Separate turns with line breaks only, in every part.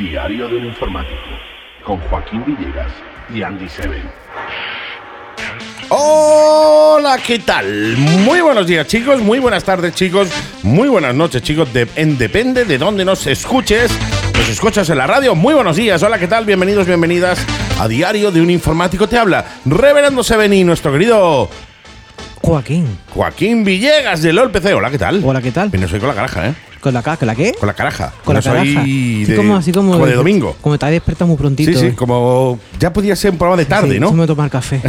Diario de un informático con Joaquín Villegas y Andy Seven.
Hola, ¿qué tal? Muy buenos días, chicos. Muy buenas tardes, chicos. Muy buenas noches, chicos. De- en- depende de dónde nos escuches. Nos escuchas en la radio. Muy buenos días. Hola, ¿qué tal? Bienvenidos, bienvenidas a Diario de un Informático. Te habla Reverendo Seven y nuestro querido
Joaquín.
Joaquín Villegas del OLPC. Hola, ¿qué tal?
Hola, ¿qué tal?
Bien, soy con la caraja, ¿eh?
¿Con la, ca- con la qué?
Con la caraja.
Con
No soy
caraja. Así
de-
como, así como,
de domingo.
Como te has despertado muy prontito.
Sí, sí, como ya podía ser un programa de tarde,
eh. Sí,
¿no?
sí me voy a tomar café.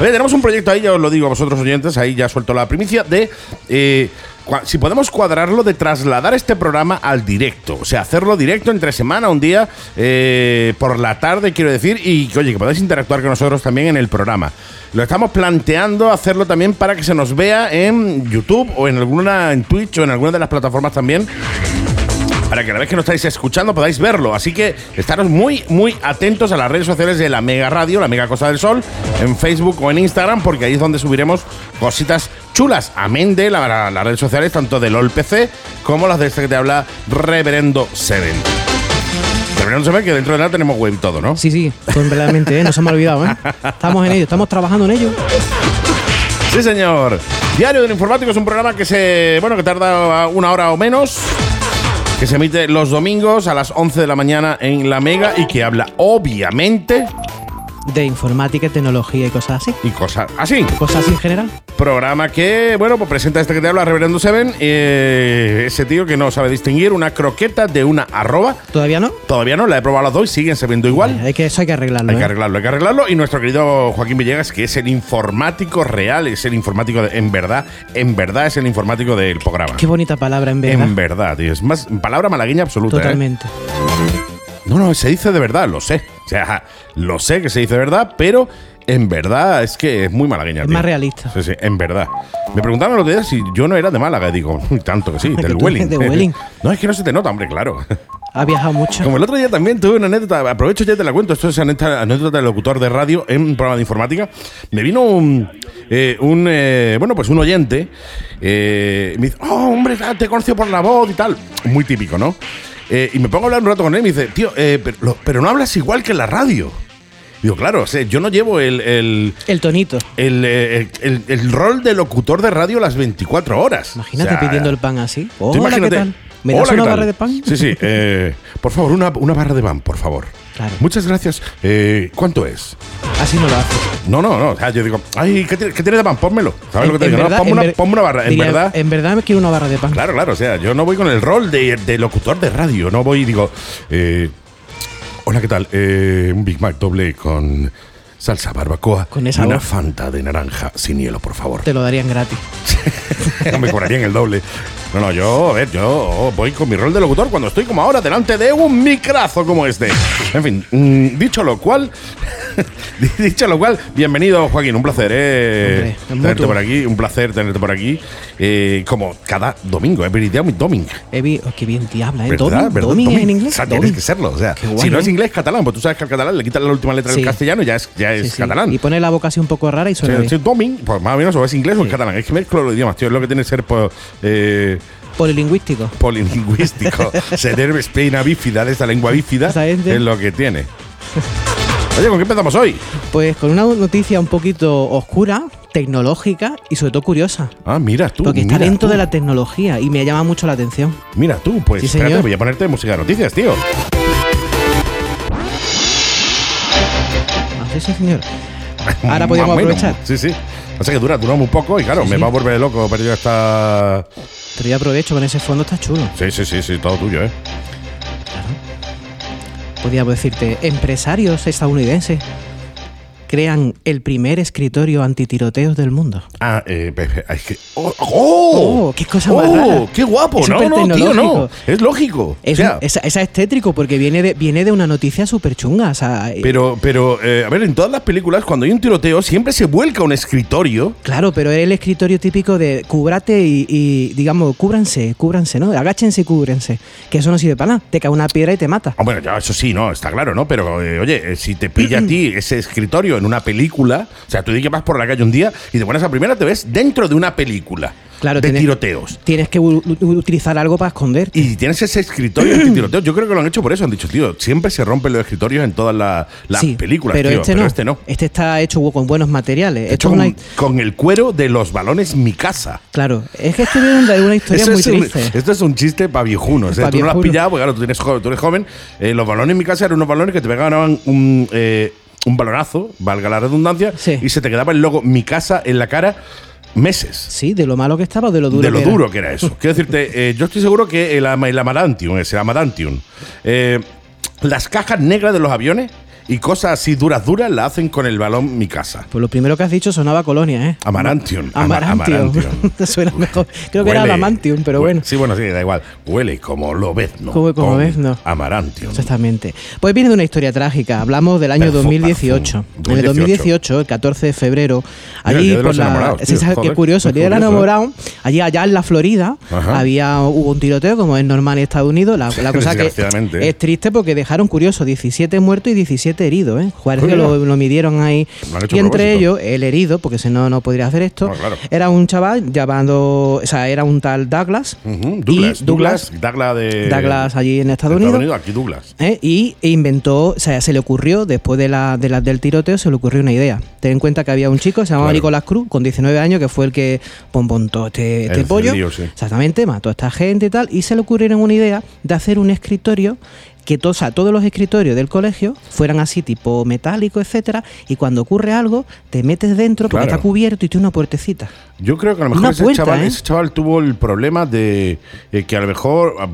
Oye, tenemos un proyecto ahí, ya os lo digo a vosotros oyentes, ahí ya suelto la primicia, de eh, cua- si podemos cuadrarlo de trasladar este programa al directo. O sea, hacerlo directo entre semana, un día, eh, por la tarde, quiero decir, y que, oye, que podáis interactuar con nosotros también en el programa. Lo estamos planteando hacerlo también para que se nos vea en YouTube o en alguna, en Twitch o en alguna de las plataformas también para que a la vez que nos estáis escuchando podáis verlo. Así que estaros muy, muy atentos a las redes sociales de la Mega Radio, la Mega Costa del Sol, en Facebook o en Instagram, porque ahí es donde subiremos cositas chulas. Amén de la- la- las redes sociales, tanto del OLPC como las de este que te habla Reverendo Seven. Reverendo Seven, que dentro de nada tenemos web y todo, ¿no?
Sí, sí, pues realmente, ¿eh? no se me ha olvidado, ¿eh? Estamos en ello, estamos trabajando en ello.
Sí, señor. Diario del Informático es un programa que se. Bueno, que tarda una hora o menos. Que se emite los domingos a las 11 de la mañana en La Mega y que habla, obviamente,
De informática, tecnología y cosas así.
y cosas así.
Cosas así en general.
Programa que, bueno, pues presenta este que te habla, Reverendo Seven. eh, ese tío que no sabe distinguir una croqueta de una arroba.
¿Todavía no?
Todavía no, la he probado las dos y siguen sabiendo igual.
Hay que, eso hay que arreglarlo.
Hay que
¿eh?
arreglarlo, hay que arreglarlo. Y nuestro querido Joaquín Villegas, que es el informático real, es el informático de- en verdad, en verdad es el informático del programa.
Qué bonita palabra, en verdad.
En verdad, tío. Es más, palabra malagueña absoluta. ¿eh?
Totalmente.
No, no, se dice de verdad, lo sé. O sea, lo sé que se dice de verdad, pero en verdad es que es muy malagueña.
Es
tío.
más realista.
Sí, sí, en verdad. Me preguntaron el otro día si yo no era de Málaga. Y digo, "Uy, tanto que sí,
Que
del
tú
Welling.
eres de Welling.
no, es que no se te nota, hombre, claro.
Ha viajado mucho.
Como el otro día también tuve una anécdota, aprovecho ya te la cuento, esto es anécdota anécdota de locutor de radio en un programa de informática. Me vino un, eh, un, eh, bueno, pues un oyente, eh, y me dice, oh, hombre, ah, te conoció por la voz y tal. Muy típico, ¿no? Eh, y me pongo a hablar un rato con él y me dice, tío, eh, pero, lo- pero no hablas igual que en la radio. Digo, claro, o sea, yo no llevo el- el,
El tonito.
el, eh, el- el- el rol de locutor de radio las 24 horas.
Imagínate
O sea,
pidiendo el pan así.
tú
Hola, ¿qué
imagínate,
tal? ¿Me
"Hola,
das
¿qué
una
tal?".
barra de pan?
Sí, sí. eh, por favor, una, una barra de pan, por favor.
Claro.
Muchas gracias. Eh, ¿Cuánto es?
Así no lo haces.
No, no, no. o sea, yo digo, ay, ¿qué, tiene- qué tienes de pan? Pónmelo. ¿Sabes lo que te digo? No, ponme,
en
una,
ver-
ponme una barra. En
diría, eh,
verdad.
En verdad me quiero una barra de pan.
Claro, claro, o sea, yo no voy con el rol de, de locutor de radio, no voy y digo, eh, hola, ¿qué tal? Eh, un Big Mac doble con salsa barbacoa
Con esa
y una
voz.
Fanta de naranja sin hielo, por favor.
Te lo darían gratis.
no me cobrarían el doble. No, no, yo, a ver, yo voy con mi rol de locutor cuando estoy como ahora delante de un micrazo como este. En fin, mm, dicho lo cual, dicho lo cual, bienvenido Joaquín, un placer, eh,
Hombre, es
tenerte
mutuo.
por aquí, un placer tenerte por aquí, eh, como cada domingo, every day with doming.
Evi, oh, qué bien te habla, ¿eh?
¿Verdad?
Domin,
¿Verdad?
Domin
Domin.
en inglés.
O sea,
Domin.
tienes que serlo. O sea,
Qué guay,
si no
¿eh?
es inglés, catalán. Pues tú sabes que al catalán le quitan la última letra
Sí.
del castellano y ya es, ya
Sí,
es
sí.
catalán.
Y pues, pone la boca así un poco rara y
Sí,
suena bien.
sí, Domin, pues más o menos o es inglés o es catalán. Es que mezclo los idiomas, tío. Es lo que tiene que ser pues, eh,
Polilingüístico.
polilingüístico. Ser espina bífida de esta lengua bífida
Exactamente.
es lo que tiene. Oye, ¿con qué empezamos hoy?
Pues con una noticia un poquito oscura, tecnológica y sobre todo curiosa.
Ah, mira tú.
Porque
mira
está dentro
tú,
de la tecnología y me llama mucho la atención.
Mira tú, pues
Sí,
espérate,
señor.
voy a ponerte música de noticias, tío.
Así Ah, sí, señor. Ahora podemos
Más o menos.
aprovechar.
Sí, sí. O sea que dura, dura muy poco y claro,
Sí,
me
sí.
va a volver loco perdido esta.
Pero yo aprovecho, con ese fondo está chulo.
Sí, sí, sí, sí, todo tuyo, ¿eh?
Podríamos decirte, empresarios estadounidenses crean el primer escritorio antitiroteos del mundo.
Ah, eh, pe- pe- ay, que- ¡Oh! ¡Oh!
Oh, qué cosa más rara.
¡Qué guapo!
Es
no, no, tío, no.
supertecnológico.
Es lógico.
Es,
O sea,
esa, esa es tétrico porque viene de, viene de una noticia súper chunga. O sea, eh,
Pero, pero eh, a ver, en todas las películas, cuando hay un tiroteo, siempre se vuelca un escritorio.
claro, pero es el escritorio típico de cúbrate y, y, digamos, cúbranse, cúbranse, ¿no? Agáchense y cúbranse. Que eso no sirve para nada. Te cae una piedra y te mata.
Ah, Bueno, ya, eso sí, no, está claro, ¿no? Pero, eh, oye, eh, si te pilla a ti ese escritorio en una película, o sea, tú di que vas por la calle un día y te pones a primera, te ves dentro de una película
Claro,
de
tienes-
tiroteos.
Tienes que u- u- utilizar algo para esconder.
Y tienes ese escritorio de tiroteos. Yo creo que lo han hecho por eso. Han dicho, tío, siempre se rompen los escritorios en todas la- las
Sí,
películas,
pero
tío,
este
pero
no.
este no.
Este está hecho con buenos materiales.
Hecho
Esto es
con,
una-
con el cuero de los balones mi casa.
Claro, es que este viene de una historia
Eso
muy
es un-
triste.
esto es un chiste para viejunos.
Pa'
Tú no lo has
viejuno.
pillado, porque claro, tú, eres joven, tú eres joven. Eh, los balones en mi casa eran unos balones que te pegaban un, eh, un balonazo, valga la redundancia,
Sí.
y se te quedaba el logo mi casa en la cara meses.
Sí, de lo malo que estaba, de lo duro.
de lo
que era.
duro que era eso. Quiero decirte, eh, yo estoy seguro que el, ama- el Amarantium, ese Amarantium, eh, las cajas negras de los aviones y cosas así duras, duras, la hacen con el balón mi casa.
Pues lo primero que has dicho sonaba a colonia, ¿eh?
Amarantium. ama-
Amarantium. Te Suena mejor. Creo que era
Huele-
Alamantium, pero
hue-
bueno.
Sí, bueno, sí, da igual. Huele como lobezno.
Como- como
con
lobezno.
Amarantium.
Exactamente. Pues viene de una historia trágica. Hablamos del año
Perfum,
2018.
perfum.
En el
2018,
2018, el 14 de febrero,
Mira, el
allí
Día de
por
los
la.
Enamorados,
Sí,
tío,
¿sabes qué
joder,
curioso. El
qué
día de los
curioso, ¿eh?
enamorados, allí allá en la Florida,
Ajá.
había hubo un tiroteo, como es normal en Estados Unidos. La, la cosa que
desgraciadamente. ¿eh?
es triste porque dejaron curioso 17 muertos y 17 heridos. ¿eh? Parece que
Joder.
lo, lo midieron ahí.
Lo han hecho
Y
a
entre
propósito.
ellos, el herido, porque si no, no podría hacer esto,
No, claro.
era un chaval llamado. O sea, era un tal Douglas.
Ujú,
Y
Douglas, Douglas, eh, Douglas de
Douglas allí en
de
Estados Unidos.
aquí Douglas.
¿eh? Y inventó, o sea, se le ocurrió, después de la, de la- del tiroteo, se le ocurrió una idea. Ten en cuenta que había un chico, se llamaba
Claro.
Nicolás Cruz, con 19 años, que fue el que pompontó este, este
El
pollo.
lío, sí.
Exactamente, mató a esta gente y tal. Y se le ocurrieron una idea de hacer un escritorio que to- o sea, todos los escritorios del colegio fueran así, tipo metálico, etcétera, y cuando ocurre algo, te metes dentro porque
Claro.
está cubierto y tiene una puertecita.
Yo creo que a lo mejor
Una
ese,
puerta,
chaval,
¿eh?
ese chaval tuvo el problema de eh, que a lo mejor ah,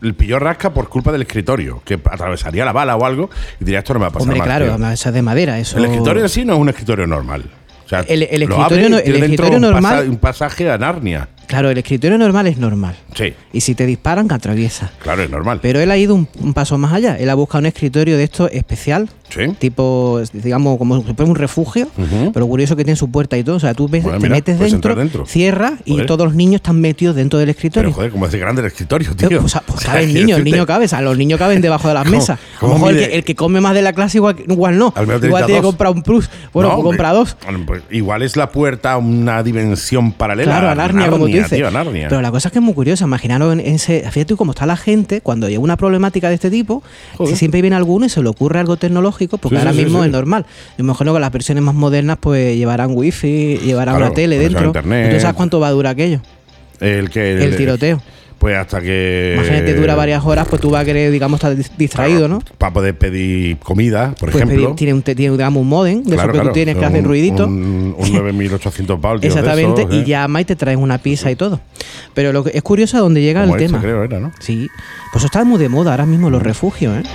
el pilló rasca por culpa del escritorio, que atravesaría la bala o algo y diría esto no me va a pasar
Hombre,
más,
claro,
tío".
además, eso es de madera, eso.
El escritorio en sí no es un escritorio normal. O sea,
El- el
lo
escritorio
abre y
no- el
tiene dentro
escritorio
un pasa-
normal-
un pasaje a Narnia.
Claro, el escritorio normal es normal.
Sí,
Y si te disparan, que atraviesa.
claro, es normal.
Pero él ha ido un, un paso más allá. Él ha buscado un escritorio de esto especial,
Sí.
tipo, digamos, como si fuera un refugio,
Ujú.
pero curioso que tiene su puerta y todo. O sea, tú ves-
Bueno,
te
mira,
metes
puedes
dentro,
entrar dentro.
cierras y
Joder.
todos los niños están metidos dentro del escritorio.
Pero joder, como es de grande el escritorio, tío.
Eh, o sea, pues
O sea,
cabe el
quiero
niño, el
decirte,
niño cabe, o sea, los niños caben debajo de las
¿Cómo-
mesas. A
cómo
lo mejor el
mide?
que, el que come más de la clase igual, igual no.
Al menos tiene
Igual
ya
tiene que
dos.
comprar un plus. Bueno,
no,
pues
hombre,
compra dos.
bueno, pues igual es la puerta a una dimensión paralela.
Claro, a Narnia, como tú dices.
tío, a Narnia.
Pero la cosa es que es muy curiosa. Imaginaros en ese. Fíjate tú cómo está la gente cuando llega una problemática de este tipo.
Joder.
si siempre viene alguno y se le ocurre algo tecnológico, porque
Sí, sí,
ahora
sí,
mismo
sí.
es normal. Yo me imagino que las versiones más modernas, pues llevarán wifi, llevarán
Claro,
una tele
conexión a
dentro.
internet. Eh,
¿Y ¿Tú sabes cuánto va a durar aquello?
el, que,
el tiroteo.
Pues hasta que.
Imagínate, dura varias horas, pues tú vas a querer, digamos, estar dis- distraído, ¿no?
Para poder pedir comida, por
Pues
ejemplo.
pedir- tiene, un, te- tiene digamos, un modem, de
Claro,
eso que
claro,
tú tienes que hacer
un-
ruidito.
Un, un 9800 pavos. tío, de
Exactamente,
esos,
y
¿eh?
llama y te traes una pizza y todo. Pero lo que es curioso a dónde llega
Como
el
este,
tema.
creo, era, ¿no?
Sí, pues está muy de moda ahora mismo
Mm.
los refugios, ¿eh?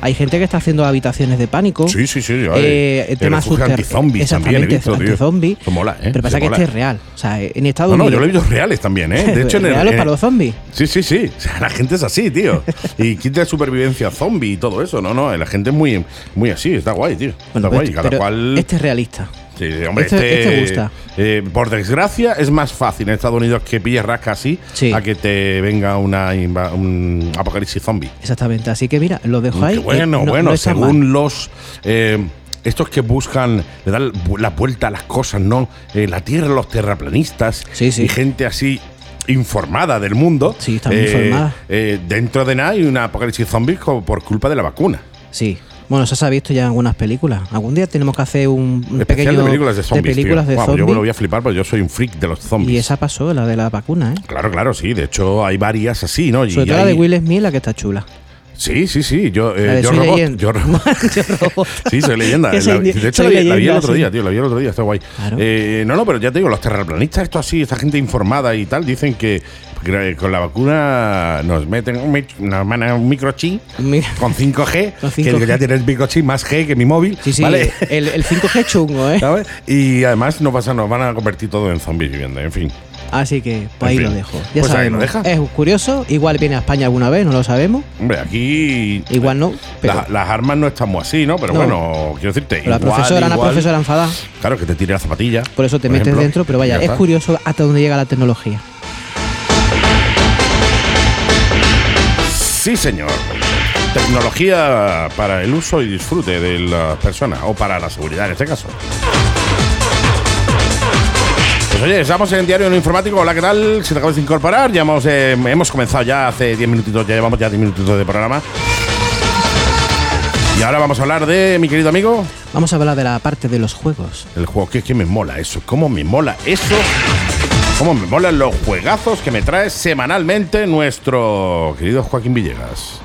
Hay gente que está haciendo habitaciones de pánico.
Sí, sí, sí.
Oh. Eh, temas subter-
zombies también. He
Exactamente,
visto, tío.
antizombies.
Eso mola, ¿eh?
Pero pasa
Eso
que
mola.
este es real. O sea, en Estados
No, no, yo
Unidos.
lo he visto reales también, ¿eh? De hecho, en el.
Real
en-
para los zombies.
Sí, sí, sí. O sea, la gente es así, tío. Y kit de supervivencia zombie y todo eso. No, no, la gente es muy, muy así. Está guay, tío. Está
Bueno,
guay.
pero-
Cada
pero
cual.
Este es realista.
Sí, sí, hombre,
este-
este,
este gusta.
eh, por desgracia, es más fácil en Estados Unidos que pilles rasca así
Sí.
a que te venga una inva- un apocalipsis zombie.
Exactamente. Así que mira, lo dejo
Que
ahí. eh,
Mm, bueno,
no-
bueno,
no está
según
mal.
los. eh, estos que buscan, le dan vu- la vuelta a las cosas, ¿no? Eh, la tierra, los terraplanistas
Sí, sí.
y gente así informada del mundo.
Sí, está muy informada.
eh, dentro de nada hay una apocalipsis zombie co- por culpa de la vacuna.
Sí. Bueno, eso se ha visto ya en algunas películas. Algún día tenemos que hacer un un
Especial
pequeño.
de películas de zombies.
películas
tío.
de
Guau,
zombies.
Yo me lo voy a flipar porque yo soy un freak de los zombies.
y esa pasó, la de la vacuna, ¿eh?
Claro, claro, sí. De hecho, hay varias así, ¿no? Y
Sobre todo la
hay-
de Will Smith, la que está chula.
Sí, sí, sí. Yo, eh,
La de
yo
soy
robot.
leyenda.
Yo robot.
Yo robot.
Sí, soy leyenda.
Que
La-
soy
de
ni-
hecho, la
soy
vi, la vi el
leyenda,
otro
sí.
día, tío. La vi el otro día, está guay.
Claro.
Eh, no, no, pero ya te digo, los terraplanistas, esto así, esta gente informada y tal, dicen que que con la vacuna nos meten un, mic- nos mandan un microchip
Mira.
con 5G,
Con
que
5G.
digo, ya tienes microchip más G que mi móvil.
Sí, sí,
¿vale?
el, el 5G chungo, ¿eh?
¿Sabes? Y además nos, vas a- nos van a convertir todo en zombies viviendo, en fin.
Así que pues ahí
En fin.
lo dejo. Ya
Pues ahí
sabemos.
lo deja.
Es curioso, igual viene a España alguna vez, no lo sabemos.
Hombre, aquí.
Igual no, pero
Las, las armas no estamos así, ¿no? Pero
No.
bueno, quiero decirte.
la
igual,
profesora, la
igual,
profesora enfadada.
Claro, que te tire la zapatilla.
Por eso te
por
metes
ejemplo,
dentro, pero
y
vaya,
ya
es
está.
curioso hasta dónde llega la tecnología.
Sí, señor. Tecnología para el uso y disfrute de las personas, o para la seguridad en este caso. Pues oye, estamos en Diario en Informático. Hola, ¿qué tal? Si te acabas de incorporar, ya hemos, eh, hemos comenzado ya hace 10 minutitos, ya llevamos ya 10 minutitos de programa. Y ahora vamos a hablar de, mi querido amigo,
Vamos a hablar de la parte de los juegos.
el juego. Que, que me mola eso, cómo me mola eso. Cómo me molan los juegazos que me trae semanalmente nuestro querido Joaquín Villegas.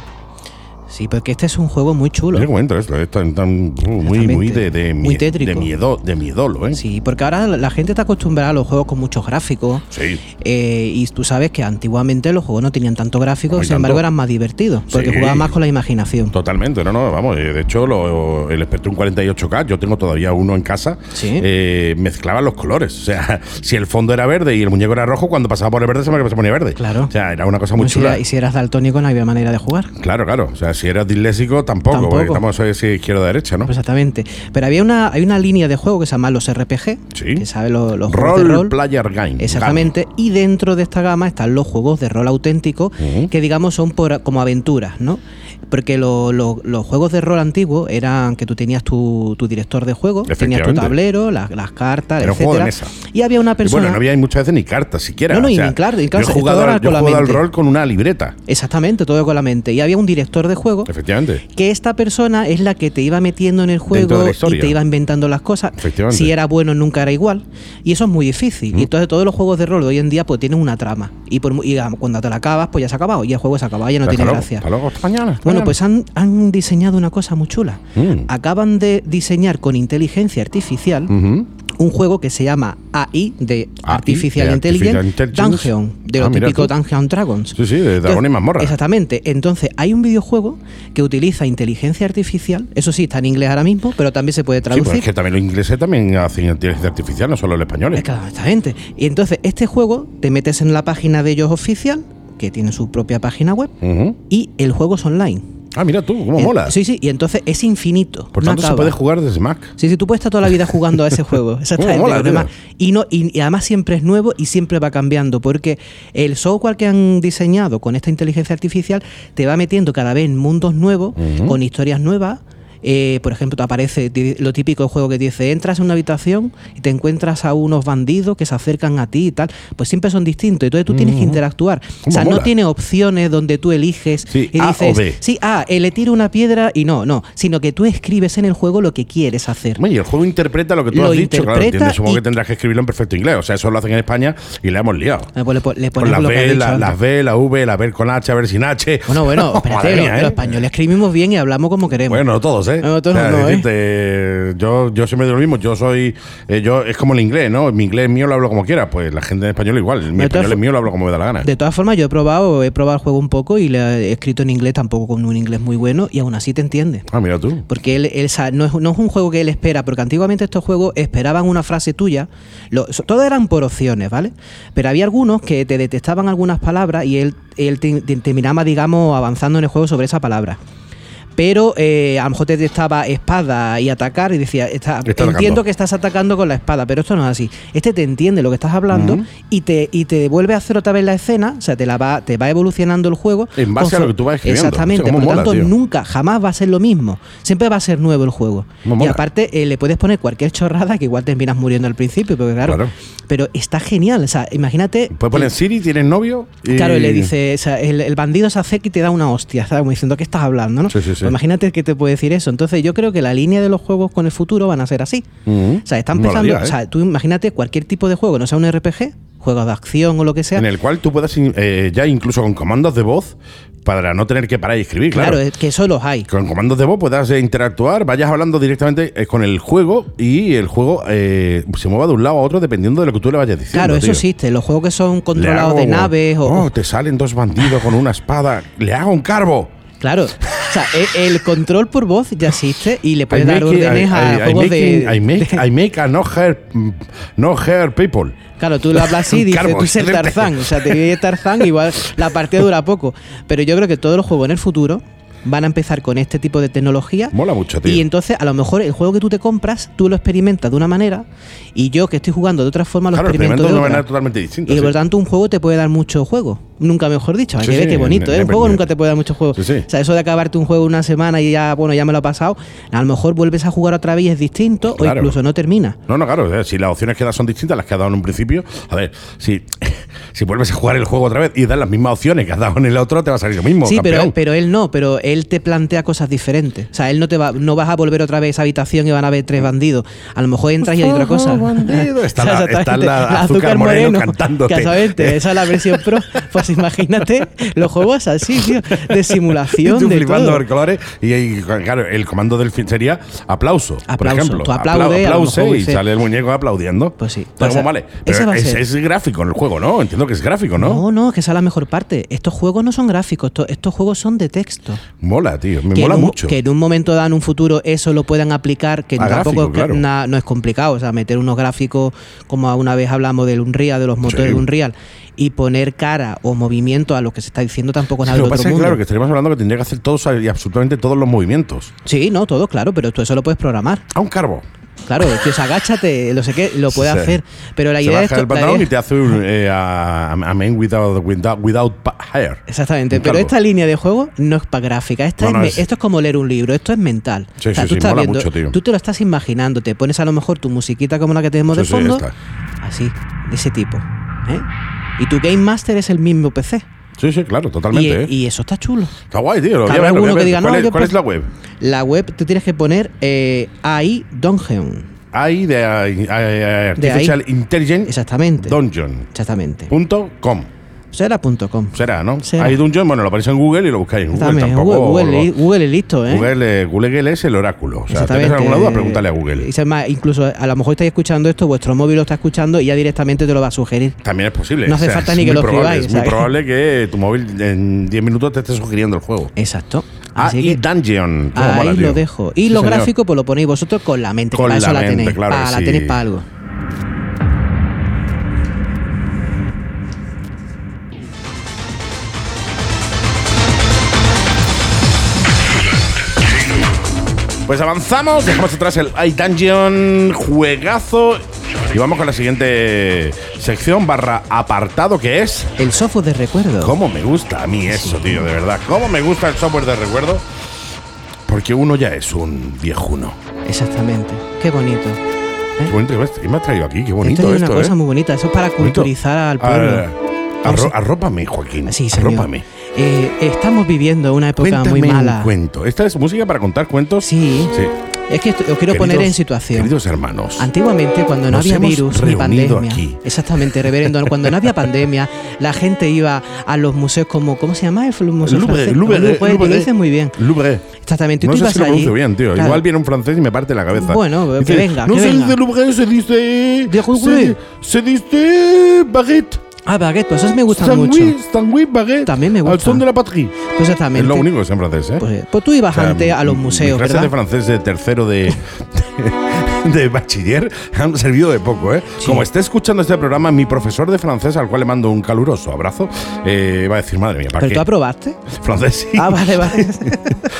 Sí, porque este es un juego muy chulo.
Yo encuentro esto, es tan, tan- uh, muy, muy de, de,
Muy
mie-
tétrico.
de miedo, de miedolo, ¿eh?
Sí, porque ahora la gente está acostumbrada a los juegos con muchos gráficos.
Sí.
Eh, y tú sabes que antiguamente los juegos no tenían tanto gráfico,
No hay
sin embargo
tanto.
eran más divertidos, porque
Sí.
jugaban más con la imaginación.
Totalmente, no, no, vamos. eh, De hecho, lo- el Spectrum 48K, yo tengo todavía uno en casa,
Sí.
eh, mezclaba los colores. O sea, si el fondo era verde y el muñeco era rojo, cuando pasaba por el verde se me se ponía verde.
Claro.
O sea, era una cosa muy
Bueno, si
chula.
era- y si eras daltónico no había manera de jugar.
Claro, claro. O sea, si eras disléxico, tampoco,
Tampoco. Pues,
porque estamos eh, si izquierda-derecha, ¿no?
Exactamente. Pero había una, hay una línea de juego que se llama los RPG,
Sí.
que sabe los, los juegos
Role
de este rol.
Player Game.
Exactamente, y dentro de esta gama están los juegos de rol auténtico,
Ujú.
que digamos son por, como aventuras, ¿no? Porque lo- lo- los juegos de rol antiguos eran que tú tenías tu, tu director de juego, tenías tu
Efectivamente.
tablero, las, las cartas,
Era un juego de
etcétera,
mesa.
Y había una
Y
persona.
bueno, no había muchas veces ni cartas siquiera.
No, no,
o
y
sea,
ni cartas, ni
Yo
cartas,
he
todo
jugado,
era
al- yo he
con la
jugado al
mente.
rol con una libreta.
Exactamente, todo con la mente. Y había un director de juego
Efectivamente.
que esta persona es la que te iba metiendo en el
Dentro de
juego
la
y
historia.
te iba inventando las cosas.
Efectivamente.
Si era bueno nunca era igual. Y eso es muy difícil. Y entonces todos los juegos de rol de hoy en día pues tienen una trama. Y, por mu- y, ah, cuando te la acabas pues ya se ha acabado. Y el juego se ha acabado, ya no
Hasta
tiene
luego,
gracia.
hasta luego, hasta mañana. hasta
Bueno,
mañana.
pues han, han diseñado una cosa muy chula.
Mm.
Acaban de diseñar con inteligencia artificial
Ujú.
un juego que se llama AI de
AI,
Artificial
de
Intelligence,
Artificial Intelligence.
Dungeon, de lo
Ah, mira
típico
tú.
Dungeon and Dragons.
Sí, sí, de dragón y
Entonces,
mazmorra.
Exactamente. Entonces, hay un videojuego que utiliza inteligencia artificial. Eso sí, está en inglés ahora mismo, pero también se puede
Sí,
traducir.
pero es que también los ingleses también hacen inteligencia artificial, no solo ¿eh? los españoles.
Es que, Exactamente. Y entonces, este juego te metes en la página de ellos oficial, que tiene su propia página web,
Ujú.
y el juego es online.
Ah, mira tú, cómo
Eh,
mola.
Sí, sí, y entonces es infinito.
Por
no
tanto, se
acaba.
puede jugar desde Mac.
Sí, sí, tú puedes estar toda la vida jugando a ese juego. Exactamente.
Uh, mola,
lo demás.
tío.
y, no, y, y además siempre es nuevo y siempre va cambiando, porque el software que han diseñado con esta inteligencia artificial te va metiendo cada vez en mundos nuevos, con historias nuevas. Eh, por ejemplo, te aparece ti- lo típico del juego que te dice, entras en una habitación y te encuentras a unos bandidos que se acercan a ti y tal. Pues siempre son distintos. Entonces tú tienes que interactuar. O sea,
mola.
no tiene opciones donde tú eliges
Sí,
y
A o
dices,
B.
sí, ah, eh, le tiro una piedra y no, no, sino que tú escribes en el juego lo que quieres hacer.
Bueno, Y el juego interpreta lo que tú
Lo
has dicho, claro,
interpreta
entiendes, supongo
y-
que tendrás que escribirlo en perfecto inglés. O sea, eso lo hacen en España y la hemos liado.
Eh, pues le, po- le
Con
pones
las
lo que has
B,
dicho
la-
antes.
las B, la V, la B con H, a ver sin H.
Bueno, bueno, espérate,
Madre
lo-
mía,
los,
¿eh?
españoles escribimos bien y hablamos como queremos.
Bueno, no todos, ¿eh?
Em, No, todos no, ¿eh?
decirte, yo, yo siempre digo lo mismo, yo soy, eh, yo es como el inglés, ¿no? Mi inglés mío lo hablo como quiera, pues la gente en español igual, mi
De todas
español es
fo-
mío lo hablo como me da la gana.
de todas formas, yo he probado, he probado el juego un poco y le he escrito en inglés tampoco con un inglés muy bueno y aún así te entiende.
Ah, mira tú.
Porque él, él sa- no, es, no es un juego que él espera, porque antiguamente estos juegos esperaban una frase tuya. Lo- so- todos eran por opciones, ¿vale? Pero había algunos que te detectaban algunas palabras y él, él te- te- terminaba, digamos, avanzando en el juego sobre esa palabra. Pero eh, a lo mejor te detectaba espada y atacar y decía, está,
Está atacando.
entiendo que estás atacando con la espada, pero esto no es así. Este te entiende lo que estás hablando y, te, y te vuelve a hacer otra vez la escena, o sea, te, la va, te va evolucionando el juego.
En base a lo que tú vas escribiendo.
Exactamente,
O sea,
por
cómo
lo
mola,
tanto,
tío.
nu- nunca, jamás va a ser lo mismo. Siempre va a ser nuevo el juego.
Mo-
Y
mola.
aparte eh, le puedes poner cualquier chorrada que igual terminas muriendo al principio, porque claro,
Claro.
Pero está genial. O sea, imagínate.
Puedes poner Siri, tienes novio. Y...
Claro, y le dice, o sea, el, el bandido se acerca y te da una hostia, ¿sabes? Como diciendo, ¿qué estás hablando? ¿no?
Sí, sí, sí.
Pues imagínate que te puede decir eso. Entonces yo creo que la línea de los juegos con el futuro van a ser así.
Ujú.
O sea, están empezando,
Molaría, ¿eh?
o sea, tú imagínate cualquier tipo de juego, no sea un RPG, juegos de acción o lo que sea,
En el cual tú puedas, in- eh, ya incluso con comandos de voz, para no tener que parar y escribir,
Claro,
claro.
es que eso los hay.
Con comandos de voz puedas eh, interactuar, vayas hablando directamente eh, con el juego y el juego eh, se mueva de un lado a otro dependiendo de lo que tú le vayas diciendo.
Claro, eso
tío.
existe. Los juegos que son
Le
controlados
hago-
de naves o.
Oh, te salen dos bandidos con una espada. Le hago un carbo.
Claro. O sea, e- el control por voz ya existe y le
I
puedes dar
make it-
órdenes
I- I-
a
I
juegos
making-
de.
I make, I make a no hair, no hair people.
Claro, tú lo hablas así y dices,
Carbo,
tú eres
excelente.
Tarzán. O sea, te viene Tarzán, igual la partida dura poco. Pero yo creo que todos los juegos en el futuro van a empezar con este tipo de tecnología.
Mola mucho, tío.
Y entonces, a lo mejor el juego que tú te compras, tú lo experimentas de una manera y yo que estoy jugando de otra forma lo
claro, el experimento
experimento de
de una
otra.
manera totalmente distinta.
Y por
sí.
tanto, un juego te puede dar mucho juego. Nunca mejor dicho. Hay
Sí,
que ver
sí,
qué bonito,
ne-
¿eh? Un
never
juego
knew.
nunca te puede dar mucho juego.
Sí, sí.
O sea, eso de acabarte un juego una semana y ya, bueno, ya me lo ha pasado. A lo mejor vuelves a jugar otra vez y es distinto
Claro.
o incluso no termina.
No, no, claro. o sea, si las opciones que das son distintas a las que has dado en un principio, a ver, si, si vuelves a jugar el juego otra vez y das las mismas opciones que has dado en el otro, te va a salir lo mismo.
Sí, pero,
campeón.
pero él no, pero él te plantea cosas diferentes. O sea, él no te va, no vas a volver otra vez a esa habitación y van a ver tres bandidos. A lo mejor entras y hay otra cosa.
bandido. Está la-
exactamente.
está la Azúcar Moreno cantándote.
Exactamente, esa es la versión pro. Pues imagínate los juegos así, tío, de
Y
simulación,
tú
de
flipando
todo.
por colores y, ahí, claro, el comando del fin sería aplauso, por
Aplauso.
ejemplo.
Tú aplaude, a lo
aplaude
mejor,
y
sí.
sale el muñeco aplaudiendo.
Pues sí.
Pero
O sea,
como vale,
ese
pero
va a
es,
ser.
es gráfico en el juego, ¿no? Entiendo que es gráfico, ¿no?
No, no, es que esa es la mejor parte. Estos juegos no son gráficos, esto- estos juegos son de texto.
Mola, tío, me
que
mola
en un,
mucho.
Que en un momento dado, en un futuro, eso lo puedan aplicar, que
A
tampoco
gráfico,
es que
claro.
na- no es complicado. O sea, meter unos gráficos, como una vez hablamos del Unreal, de los motores
Sí.
de Unreal, y poner cara o movimiento a lo que se está diciendo tampoco es nada
Lo
del
que
otro
pasa es que,
mundo.
claro, que estaríamos hablando que tendría que hacer todos y absolutamente todos los movimientos.
Sí, no, todo, claro, pero tú eso lo puedes programar.
A un carbo.
Claro, que se agáchate, lo sé qué, lo puedes
Sí.
hacer. Pero la
Se
idea
baja
es.
el pantalón y te hace un, eh, a, a man without, without, without pa- hair.
Exactamente,
Un
pero
calvo.
esta línea de juego no es para gráfica, esta
No,
es
no,
me-
es-
esto es como leer un libro, esto es mental.
Sí, sí, sí, mola mucho, tío.
tú te lo estás imaginando, te pones a lo mejor tu musiquita como la que tenemos
Sí,
de
sí,
fondo,
esta.
así, de ese tipo. ¿eh? Y tu Game Master es el mismo PC.
Sí, sí, claro,
Y,
totalmente. ¿eh?
y eso está chulo.
Está guay, tío. Lo voy a
Habrá
ver, lo voy a
alguno que
ver.
diga,
¿Cuál,
no,
es,
yo pues
cuál es
pre-
la web?
La web te tienes que poner eh, AI Dungeon.
AI de, AI, AI, Artificial Intelligence
Exactamente.
Dungeon.
Exactamente.
Punto com.
Será.com.
Será, ¿no?
Será.
AI Dungeon, bueno, lo aparece en Google y lo buscáis en Google.
Exactamente.
tampoco,
Google, Google,
lo-
es- Google es listo, ¿eh?
Google, eh, Google es el oráculo. O sea, ¿tienes
Exactamente.
alguna duda? Pregúntale a Google.
Y es más, incluso a lo mejor estáis escuchando esto, vuestro móvil lo está escuchando y ya directamente te lo va a sugerir.
También es posible.
No hace falta
es
ni que
muy
lo
probable,
escribáis,
Es muy
¿sabes?
probable que tu móvil en 10 minutos te esté sugiriendo el juego.
Exacto. Eh, Así
AI
que
Dungeon. Cómo
ahí
mola, tío.
lo dejo. Y
Sí,
los
señor.
gráficos, pues lo ponéis vosotros con la mente, que
Con
para
la
eso la
mente,
tenéis.
claro que
para, la
sí.
tenéis para algo.
Pues avanzamos, dejamos atrás el iDungeon, juegazo. Y vamos con la siguiente sección barra apartado que es.
El software de recuerdo.
¿Cómo me gusta a mí eso, tío? De verdad. ¿Cómo me gusta el software de recuerdo? Porque uno ya es un viejuno.
Exactamente. Qué bonito.
Qué bonito que me has- ¿Qué me has traído aquí? Qué bonito
esto
esto,
es una cosa
¿eh?
muy bonita. Eso es para
Bonito.
culturizar al
Ah,
pueblo.
arro-
Vamos a-
arrópame, Joaquín.
Sí, señor.
arrópame.
Eh, estamos viviendo una época
Cuéntame
muy
un
mala.
cuento. Esta es música para contar cuentos.
Sí.
Sí.
Es que esto- os quiero poner
Queridos-
en situación.
Queridos hermanos.
Antiguamente, cuando no
Nos
había
hemos
virus ni
reunido
pandemia,
aquí.
exactamente, reverendo, cuando no había pandemia, la gente iba a los museos como, ¿cómo se llama? El f- museo
Louvre,
francés?
Louvre,
Louvre,
Louvre.
lo dices muy bien.
Louvre.
Exactamente, y
No
tú
sé
ibas
si lo
allí.
pronuncio bien, tío.
Claro.
Igual viene un francés y me parte la cabeza.
Bueno, que venga,
No
que
se
venga".
dice Louvre, se dice.
De Louvre.
Se, se dice baguette.
Ah, baguette, pues eso me gusta mucho.
Sangui, sangui, baguette.
También me
Al
gusta.
son de la patrie.
Pues exactamente.
Es lo único que sé en francés, ¿eh?
Pues, eh, pues tú ibas
O sea,
antes a los
mi-
museos,
mis clases
¿verdad?
de francés de tercero de, de, bachiller han servido de poco, ¿eh?
Sí.
Como esté escuchando este programa, mi profesor de francés, al cual le mando un caluroso abrazo, eh, va a decir, madre mía, ¿para
Pero tú
qué?
aprobaste.
Francés sí.
Ah, vale, vale.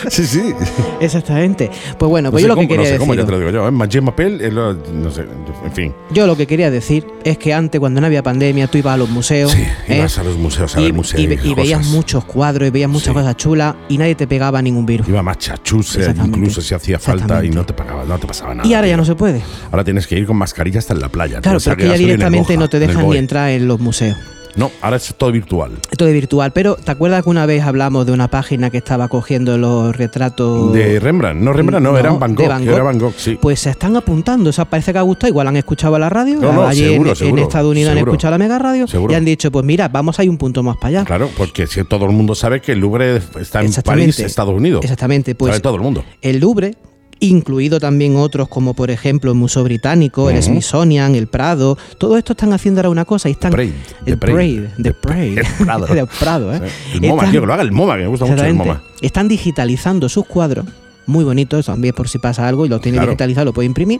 sí, sí.
Exactamente. Pues bueno, pues
no
yo
sé cómo,
lo que
no
quería
sé cómo, ya te
decir.
lo digo yo. ¿eh? Manger Mapel, eh, lo- no sé, en fin.
Yo lo que quería decir es que antes, cuando no había pandemia, tú ibas a los museos.
Sí,
¿eh?
ibas a los museos, a
y,
ver museos.
y ve- y veías
cosas.
muchos cuadros y veías muchas
Sí.
cosas chulas y nadie te pegaba ningún virus.
Iba más chachuce,
Exactamente.
incluso si hacía falta y
Exactamente.
no te pagaba, no te pasaba nada.
Y ahora ya
tío.
no se puede.
Ahora tienes que ir con mascarilla hasta en la playa. tío.
Claro,
O sea,
pero es que ya
gasolina en
directamente
Boja,
no te
en el
dejan ni
Boe.
entrar en los museos.
No, ahora es todo virtual.
Esto es virtual, pero ¿te acuerdas que una vez hablamos de una página que estaba cogiendo los retratos
De Rembrandt. No, Rembrandt no, eran Van Gogh. Era Van Gogh, sí.
Pues se están apuntando, o sea, parece que ha gustado, igual han escuchado a la radio,
No, no,
allí en-
seguro,
en,
seguro,
Estados Unidos han
seguro.
escuchado la mega radio
Seguro.
y han dicho, pues mira, vamos a ir un punto más para allá.
Claro, porque si todo el mundo sabe que el Louvre está en
Exactamente.
París, Estados Unidos.
Exactamente, pues-
Sabe todo el mundo.
El Louvre, incluido también otros como por ejemplo el Museo Británico, el Smithsonian, el Prado, todo esto están haciendo ahora una cosa y están
Prade,
el
de Prade,
Prade, de
de-
Prade,
el Prado.
de Prado, ¿eh?
El MoMA,
Están-
tío, que lo haga el MoMA, que me gusta mucho el
Exactamente.
MoMA.
Están digitalizando sus cuadros, muy bonitos también por si pasa algo y lo tienen
Claro.
digitalizado, lo pueden imprimir.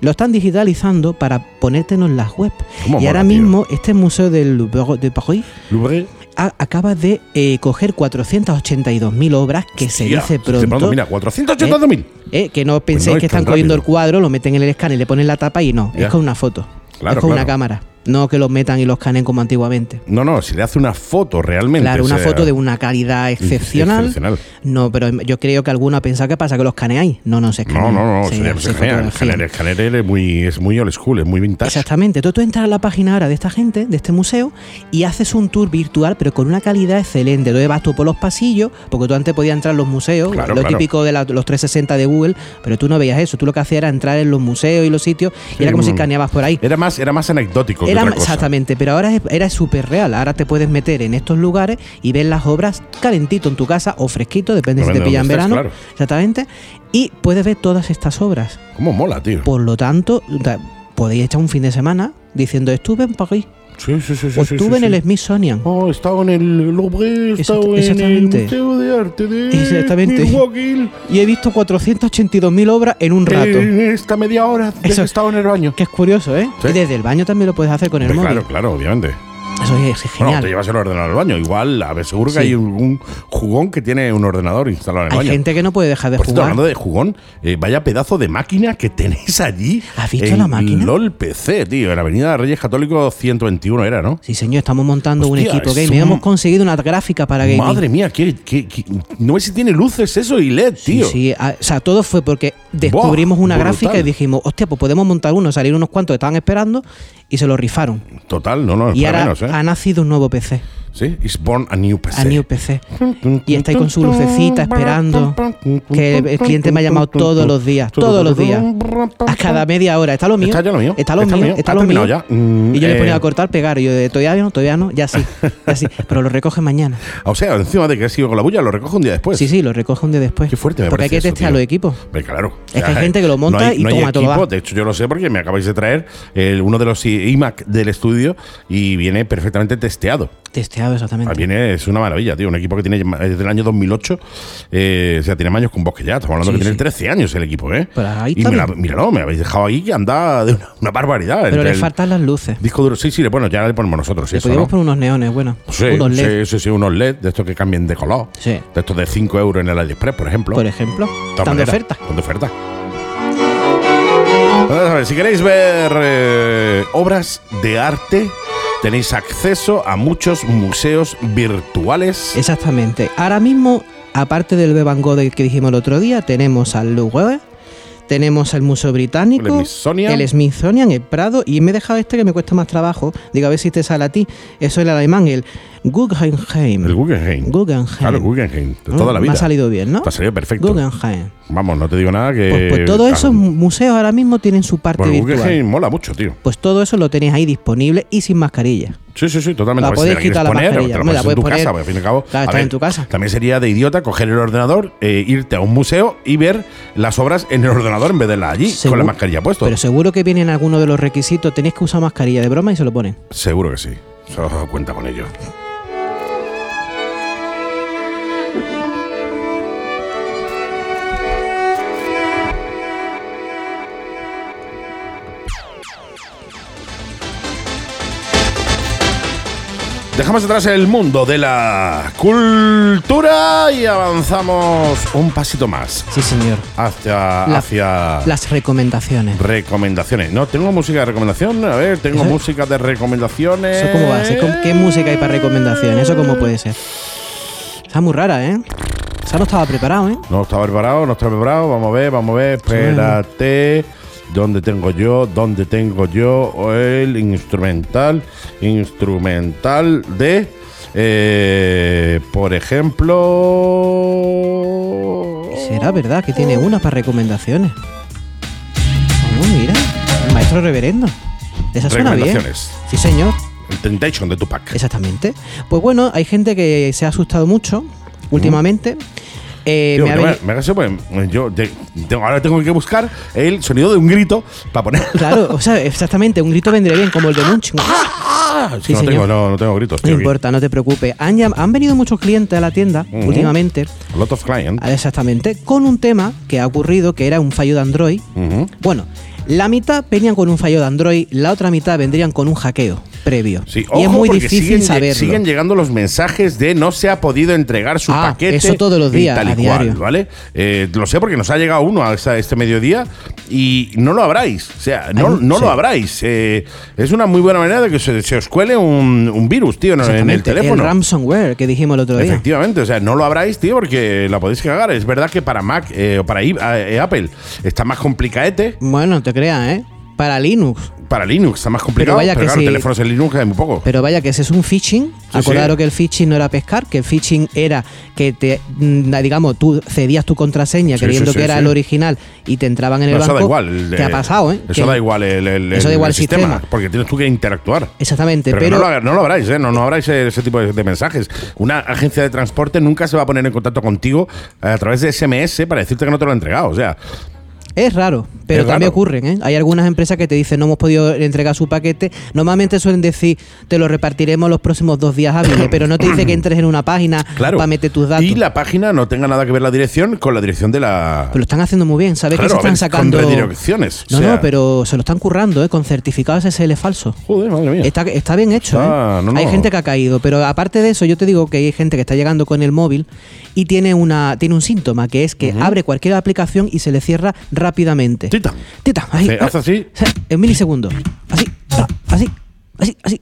Lo están digitalizando para ponértelo en las web.
¿Cómo
y
mola,
ahora
tío?
mismo este museo del Louvre de Paris
Louvre,
a- acaba de eh, coger 482.000 obras que se
tía,
dice
de pronto, mira, 482.000.
eh, que no penséis
Pues no es
que están
tan
cogiendo el
rápido.
cuadro, lo meten en el escáner, le ponen la tapa y no.
Ya.
Es con una foto.
Claro,
es con una
claro.
cámara. No que los metan y los canen como antiguamente.
No, no, si le hace una foto realmente.
Claro,
o
una
sea,
foto de una calidad excepcional.
excepcional.
No, pero yo creo que alguno ha pensado que pasa que los caneáis. No, no se
No,
escanean.
no, no,
se-
sería-
se
se genera, el
fotografían.
escáner- el escáner es muy, es muy old school, es muy vintage.
Exactamente. Tú, tú entras a la página ahora de esta gente, de este museo, y haces un tour virtual, pero con una calidad excelente. Entonces vas tú por los pasillos, porque tú antes podías entrar en los museos,
Claro,
lo
claro.
típico de la- los 360 de Google, pero tú no veías eso. Tú lo que hacías era entrar en los museos y los sitios, y era como si
mm.
escaneabas por ahí.
Era más, era más anecdótico
Era-
que otra cosa.
exactamente, pero ahora es- era súper real. Ahora te puedes meter en estos lugares y ver las obras calentito en tu casa o fresquito, depende si
Depende
te
de
pillan en
dónde estés,
verano.
claro.
Exactamente. Y puedes ver todas estas obras.
¿Cómo mola, tío?
Por lo tanto, da- podéis echar un fin de semana diciendo estuve en París,
Sí, sí, sí, sí,
o
sí,
estuve
sí,
en
sí.
pues el Smithsonian.
Oh, estaba en el Louvre, estaba
Exact-
en el
exactamente.
Museo de Arte de
Exactamente.
Milwaukee.
Y he visto 482.000 obras en un rato.
En esta media hora de
Eso-
que estaba en el baño.
Que es curioso, ¿eh?
Sí.
Y desde el baño también lo puedes hacer con el
Hombre,
móvil.
claro, claro, obviamente.
Eso es, es
Bueno,
genial.
te llevas el ordenador al baño. Igual, a ver, seguro que
Sí.
hay un, un jugón que tiene un ordenador instalado en el
Hay
baño.
gente que no puede dejar de
Por cierto,
jugar.
hablando de jugón, eh, vaya pedazo de máquina que tenéis allí.
¿Has visto
en
la máquina?
LOL PC, tío, en la Avenida Reyes Católicos 121 era, ¿no?
Sí, señor, estamos montando
Hostia,
un equipo
es
gaming.
un-
Hemos conseguido una gráfica para gaming.
Madre mía, ¿qué, qué- qué- no sé si tiene luces eso y LED,
Sí,
tío.
sí, a- o sea, todo fue porque descubrimos
Buah,
una
brutal.
gráfica y dijimos, hostia, pues podemos montar uno, salieron unos cuantos que estaban esperando y se lo rifaron.
Total, no, no,
Y
para
ahora
Pues menos, ¿eh?
ha nacido un nuevo PC,
Sí, is born a new PC.
a New PC. Y está ahí con su lucecita esperando. Que el cliente me ha llamado todos los días, todos los días. A cada media hora. Está lo mío.
Está ya lo mío.
Está lo
Está
mío.
mío.
Está
Ha
lo mío.
terminado ya. Mm,
y yo le
eh.
ponía a cortar, pegar. Y yo de todavía no, todavía no. Ya sí. Ya sí. Pero lo recoge mañana.
O sea, encima de que ha sido con la bulla, lo recojo un día después.
Sí, sí, lo recoge un día después.
Pues Qué fuerte me
Porque hay
parece
que
eso,
testear
tío.
los equipos.
Hombre, claro.
Es que hay gente que lo monta y toma, todo
equipo.
va.
De hecho, yo lo sé porque me acabáis de traer eh, uno de los i- iMac del estudio y viene perfectamente testeado.
Testeado, exactamente.
Ah, Viene, es una maravilla, tío. Un equipo que tiene ya- desde el año 2008. Eh, o sea, tiene más años con vos que ya. Estamos hablando
Sí,
que tiene
sí.
13 años el equipo, ¿eh?
Pero ahí
y
está
me la-
bien.
míralo, me habéis dejado ahí que anda de una, una barbaridad.
Pero
Entre
le
el
faltan las luces.
Disco duro, sí, sí, le- bueno, ya le ponemos nosotros.
Le
eso,
podríamos
¿no?
poner unos neones, bueno.
Sí,
unos LED,
sí, sí, sí, unos LED de estos que cambien de color.
Sí.
De estos de 5 euros en el AliExpress, por ejemplo.
por ejemplo.
todas
Pues, Están de
maneras,
oferta.
están de oferta. Vamos a ver, si queréis ver eh, obras de arte, tenéis acceso a muchos museos virtuales.
Exactamente. Ahora mismo, aparte del Bevan Gogh que dijimos el otro día, tenemos al Louvre, tenemos al Museo Británico,
El Smithsonian.
el, Smithsonian, el Prado, y me he dejado este que me cuesta más trabajo. Digo, a ver si te sale a ti. Eso es el alemán, el Guggenheim.
El Guggenheim.
Guggenheim.
Claro, Guggenheim, de toda la
Mm,
vida.
Me ha salido bien, ¿no?
Te ha salido perfecto.
Guggenheim.
Vamos, no te digo nada que.
Pues, pues todos
Ah,
esos museos ahora mismo tienen su parte
Bueno,
virtual.
Guggenheim mola mucho, tío.
Pues todo eso lo tenéis ahí disponible y sin mascarilla.
Sí, sí, sí, totalmente.
La
A ver, si
podéis
te quieres
quitar la
poner,
mascarilla.
te la
Hombre, la
pones en tu
puedes poner-
casa, porque al fin y al cabo.
Claro,
a
está en tu casa.
También sería de idiota coger el ordenador, eh, irte a un museo y ver las obras en el ordenador en vez de la allí, con la
Seguro-
mascarilla puesta.
Pero seguro que vienen algunos de los requisitos. Tenéis que usar mascarilla de broma y se lo ponen.
Seguro que sí. Eso cuenta con ello. Dejamos atrás el mundo de la cultura y avanzamos un pasito más
Sí, señor.
hacia,
La-
hacia
Las recomendaciones.
recomendaciones. No, tengo música de recomendación. A ver, tengo
Eso-
música de recomendaciones.
¿Eso cómo va? a ser? ¿Cómo-
Eh.
¿Qué música hay para recomendaciones? ¿Eso cómo puede ser? Está muy rara, ¿eh? Esa no estaba preparado, ¿eh?
No está preparado, no está preparado. Vamos a ver, vamos a ver. Espérate. ¿Dónde tengo yo? ¿Dónde tengo yo el instrumental? Instrumental de, eh, por ejemplo...
¿Será verdad que tiene una para recomendaciones? Oh, mira, el maestro reverendo. Esa suena bien.
Recomendaciones.
Sí, señor.
El Temptation de Tupac.
Exactamente. Pues bueno, hay gente que se ha asustado mucho últimamente. Eh,
Tío,
me ha
que
veni-
me, me haga eso, pues, yo te- tengo- ahora tengo que buscar el sonido de un grito para poner.
Claro, o sea, exactamente, un grito vendría bien, como el de Munch.
Ah, es que
Sí,
no,
señor.
tengo, no, no tengo gritos.
No
Tío, aquí.
importa, no te preocupes. Han, llam- han venido muchos clientes a la tienda
Ujú.
últimamente,
A lot of clients.
Ah, exactamente, con un tema que ha ocurrido, que era un fallo de Android.
Ujú.
Bueno, la mitad venían con un fallo de Android, la otra mitad vendrían con un hackeo previo.
Sí,
y es
ojo,
muy
porque
difícil
siguen, lle-
saberlo.
Siguen llegando los mensajes de no se ha podido entregar su
Ah,
paquete.
eso todos los
y
días,
tal y
a
cual,
diario.
¿vale? Eh, lo sé porque nos ha llegado uno a esta- este mediodía y no lo habráis. O sea, no,
Hay un-
no
sí.
lo habráis. Eh, es una muy buena manera de que se, se os cuele un, un virus, tío, en, en el
Exactamente,
teléfono.
ransomware que dijimos el otro día.
Efectivamente, o sea, no lo habráis, tío, porque la podéis cagar. Es verdad que para Mac eh, o para i- eh, Apple está más complicaete,
Bueno, no te creas, ¿eh? Para Linux.
para Linux está más complicado, pero,
vaya que
claro,
sí.
teléfonos en Linux hay muy poco.
Pero vaya que ese es un phishing.
Sí,
Acordaros
sí.
que el phishing no era pescar, que el phishing era que te, mm, digamos, tú cedías tu contraseña
Sí,
creyendo
sí, sí,
que era
sí.
el original y te entraban en el
No,
banco.
eso da igual. el-
¿Qué ha
eh,
pasado, eh?
Eso
Que-
da igual el, el-
Eso da
el-
igual
el
el
sistema,
sistema.
Porque tienes tú que interactuar.
Exactamente,
Pero,
pero,
no, lo, haga- no lo habráis, ¿eh? No, no habráis ese tipo de, de mensajes. Una agencia de transporte nunca se va a poner en contacto contigo eh, a través de SMS para decirte que no te lo han entregado. O sea,
es raro, pero
Es
también
raro.
ocurren, ¿eh? Hay algunas empresas que te dicen no hemos podido entregar su paquete. Normalmente suelen decir te lo repartiremos los próximos dos días hábiles, pero no te dice que entres en una página
claro.
para meter tus datos.
Y la página no tenga nada que ver la dirección con la dirección de la.
Pero lo están haciendo muy bien, ¿sabes
Claro,
que se
a ver,
están sacando?
Con redirecciones.
No,
o sea,
no, pero se lo están currando, ¿eh? Con certificados SL falsos.
Joder, madre mía.
Está, está bien hecho,
Está-
¿eh?
Ah, no, no.
Hay gente que ha caído, pero aparte de eso, yo te digo que hay gente que está llegando con el móvil y tiene una tiene un síntoma, que es que abre cualquier aplicación y se le cierra rápidamente.
Tita.
Tita, ahí.
Se hace así.
En milisegundos. Así, ah, así, así, así.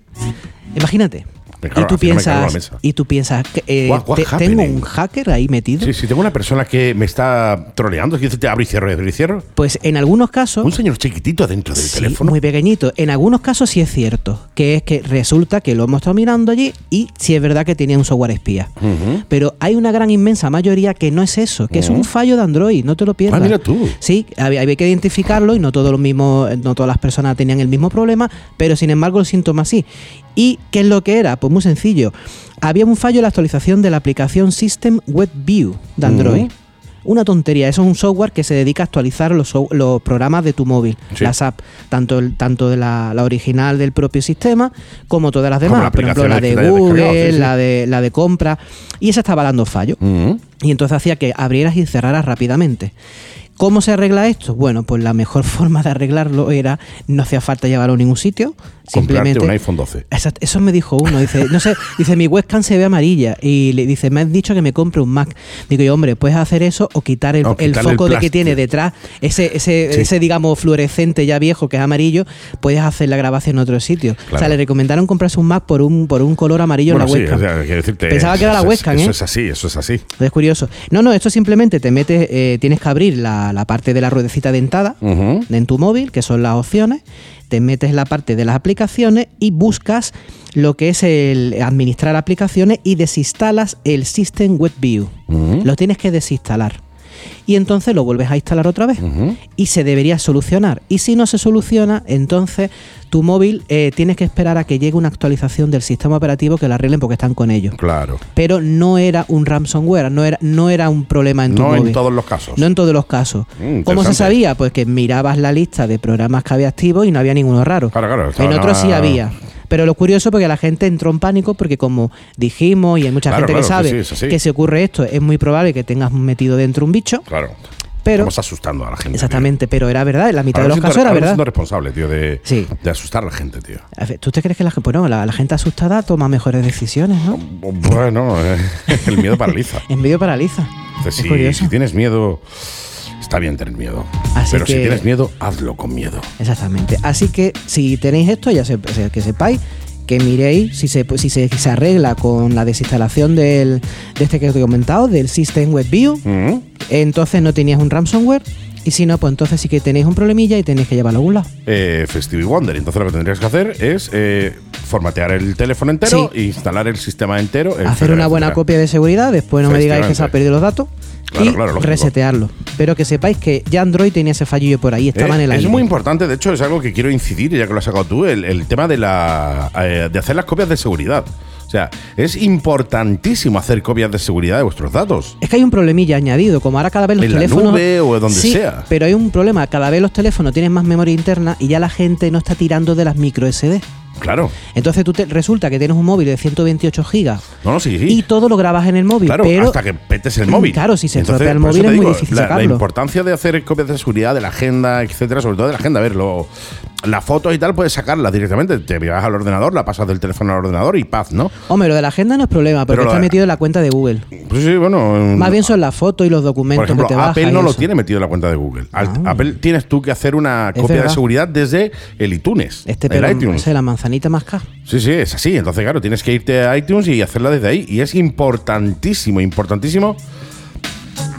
Imagínate.
Me cago,
y tú
al final me caigo a la
piensas,
mesa.
y tú piensas que, eh,
What- what
te- tengo
happening?
un hacker ahí metido.
Sí, sí, tengo una persona que me está troleando. Que dice, te abro y cierro, y abro y cierro.
Pues en algunos casos.
Un señor chiquitito dentro del
Sí,
teléfono.
muy pequeñito. En algunos casos sí es cierto, que es que resulta que lo hemos estado mirando allí y sí es verdad que tenía un software espía.
Ujú.
Pero hay una gran inmensa mayoría que no es eso, que es un fallo de Android, no te lo pierdas.
Ah, mira tú.
Sí, había, había que identificarlo y no todos los mismos, no todas las personas tenían el mismo problema, pero sin embargo el síntoma sí. ¿Y qué es lo que era? Pues muy sencillo. Había un fallo en la actualización de la aplicación System Web View de Android. Una tontería, eso es un software que se dedica a actualizar los, so- los programas de tu móvil,
Sí.
las apps, tanto, el- tanto de la, la original del propio sistema como todas las
Como
demás,
la
por ejemplo la de
aplicación que te hayas descargado,
Google,
sí, sí.
La, de, la de compra, y esa estaba dando fallo.
Ujú.
Y entonces hacía que abrieras y cerraras rápidamente. ¿Cómo se arregla esto? Bueno, pues la mejor forma de arreglarlo era no hacía falta llevarlo a ningún sitio,
Comprarte
simplemente
un iPhone 12.
Exacto, Eso me dijo uno, dice, no sé, dice, mi webcam se ve amarilla y le dice, me has dicho que me compre un Mac. Digo yo, hombre, puedes hacer eso o quitar el,
O
el
quitarle el
foco de que
plástico.
tiene detrás, ese, ese,
Sí.
ese, digamos, fluorescente ya viejo que es amarillo, puedes hacer la grabación en otro sitio. O
Claro.
sea, le recomendaron comprarse un Mac por un, por un color amarillo
Bueno,
en la
sí,
webcam.
o sea, quiero decirte,
Pensaba que era la
eso es-
webcam,
Eso
¿eh?
es así, eso es así.
Es curioso. No, no, esto simplemente te metes, eh, tienes que abrir la, la parte de la ruedecita dentada
Ujú.
en tu móvil, que son las opciones, te metes en la parte de las aplicaciones y buscas lo que es el administrar aplicaciones y desinstalas el System Web View. Lo tienes que desinstalar. Y entonces lo vuelves a instalar otra vez y se debería solucionar. Y si no se soluciona, entonces tu móvil eh, tienes que esperar a que llegue una actualización del sistema operativo que lo arreglen porque están con ello
Claro.
pero no era un ransomware, no era, no era un problema en tu
No
móvil.
en todos los casos.
No en todos los casos.
Mm,
¿Cómo se
interesante.
sabía? Pues que mirabas la lista de programas que había activos y no había ninguno raro.
Claro, claro, estaba
en otros
nada-
sí había. Pero lo curioso porque la gente entró en pánico porque como dijimos y hay mucha
Claro,
gente que
claro, sí,
sabe
sí, es así.
que si ocurre esto es muy probable que tengas metido dentro un bicho,
Claro.
pero...
Estamos asustando a la gente.
Exactamente, pero era verdad, en la
Tío.
mitad
Ahora
de los
me siento-
casos era
ahora me
verdad.
siento responsable, tío, de,
Sí.
de asustar a la gente, tío.
A ver, ¿Tú te crees que la, gen- bueno, la, la gente asustada toma mejores decisiones, no?
Bueno, eh, el miedo paraliza.
En medio paraliza.
Entonces,
Es
Si,
curioso.
si tienes miedo, está bien tener miedo.
Así
Pero si
que-
tienes miedo, hazlo con miedo.
Exactamente. Así que si tenéis esto, ya se- se- que sepáis que miréis si se, si se, se arregla con la desinstalación del, de este que os he comentado, del System Web View,
Ujú.
entonces no tenías un ransomware Y si no, pues entonces sí que tenéis un problemilla y tenéis que llevarlo a algún lado.
eh, Festive Wonder. Entonces lo que tendrías que hacer es eh, formatear el teléfono entero, e
Sí.
instalar el sistema entero.
hacer una buena copia de seguridad, después no me digáis que se han
Efectivamente.
perdido los datos
Claro,
y
claro, lógico.
resetearlo. Pero que sepáis que ya Android tenía ese fallillo por ahí, estaba en
Eh,
el
es
aire.
muy importante, de hecho, es algo que quiero incidir, ya que lo has sacado tú, el, el tema de, la, eh, de hacer las copias de seguridad. O sea, es importantísimo hacer copias de seguridad de vuestros datos.
Es que hay un problemilla añadido, como ahora cada vez los
En la
teléfonos.
nube o donde
Sí,
sea.
Pero hay un problema, cada vez los teléfonos tienen más memoria interna y ya la gente no está tirando de las micro SD.
Claro.
Entonces tú te, resulta que tienes un móvil de 128 gigas
No, no, sí, sí.
y todo lo grabas en el móvil.
Claro,
pero mm,
hasta que petes el móvil.
Claro, si se
Entonces,
estropea el
por eso
móvil
te
es muy
digo,
difícil
la, La
sacarlo.
importancia de hacer copias de seguridad, de la agenda, etcétera, sobre todo de la agenda. A ver, lo, las fotos y tal puedes sacarlas directamente. Te vas al ordenador, la pasas del teléfono al ordenador y paz, ¿no?
Hombre, lo de la agenda no es problema, porque
Pero lo
está
de-
metido en la cuenta de Google.
Pues sí, bueno.
Más
mm,
bien son las fotos y los documentos
por ejemplo,
que te baja
Apple
y
no lo
eso.
tiene metido en la cuenta de Google. Al-
Ah.
Apple tienes tú que hacer una
Es
copia de
verdad.
seguridad desde el iTunes.
Este
el
pero
iTunes.
ese, la manzanita más K.
Sí, sí, es así. Entonces, claro, tienes que irte a iTunes y hacerla desde ahí. Y es importantísimo, importantísimo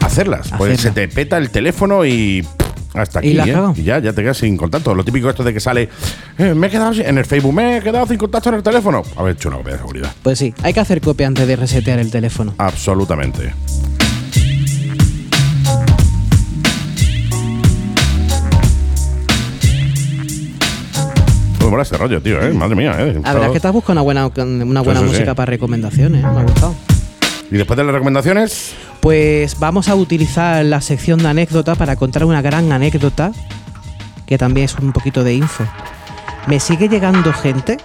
hacerlas. Pues
Hacerla.
se te peta el teléfono y pff, hasta aquí.
Y la
¿eh?
cago.
Y ya, ya te quedas sin contacto. Lo típico esto de que sale, eh, me he quedado sin- en el Facebook, me he quedado sin contacto en el teléfono. Haber hecho una copia de seguridad.
Pues sí, hay que hacer copia antes de resetear el teléfono.
Absolutamente. Pues mola este rollo, tío, ¿eh? Madre mía, ¿eh?
La verdad es que te has buscado una buena, una buena
sí, sí.
música para recomendaciones, me ha gustado.
Y después de las recomendaciones...
Pues vamos a utilizar la sección de anécdota para contar una gran anécdota, que también es un poquito de info. Me sigue llegando gente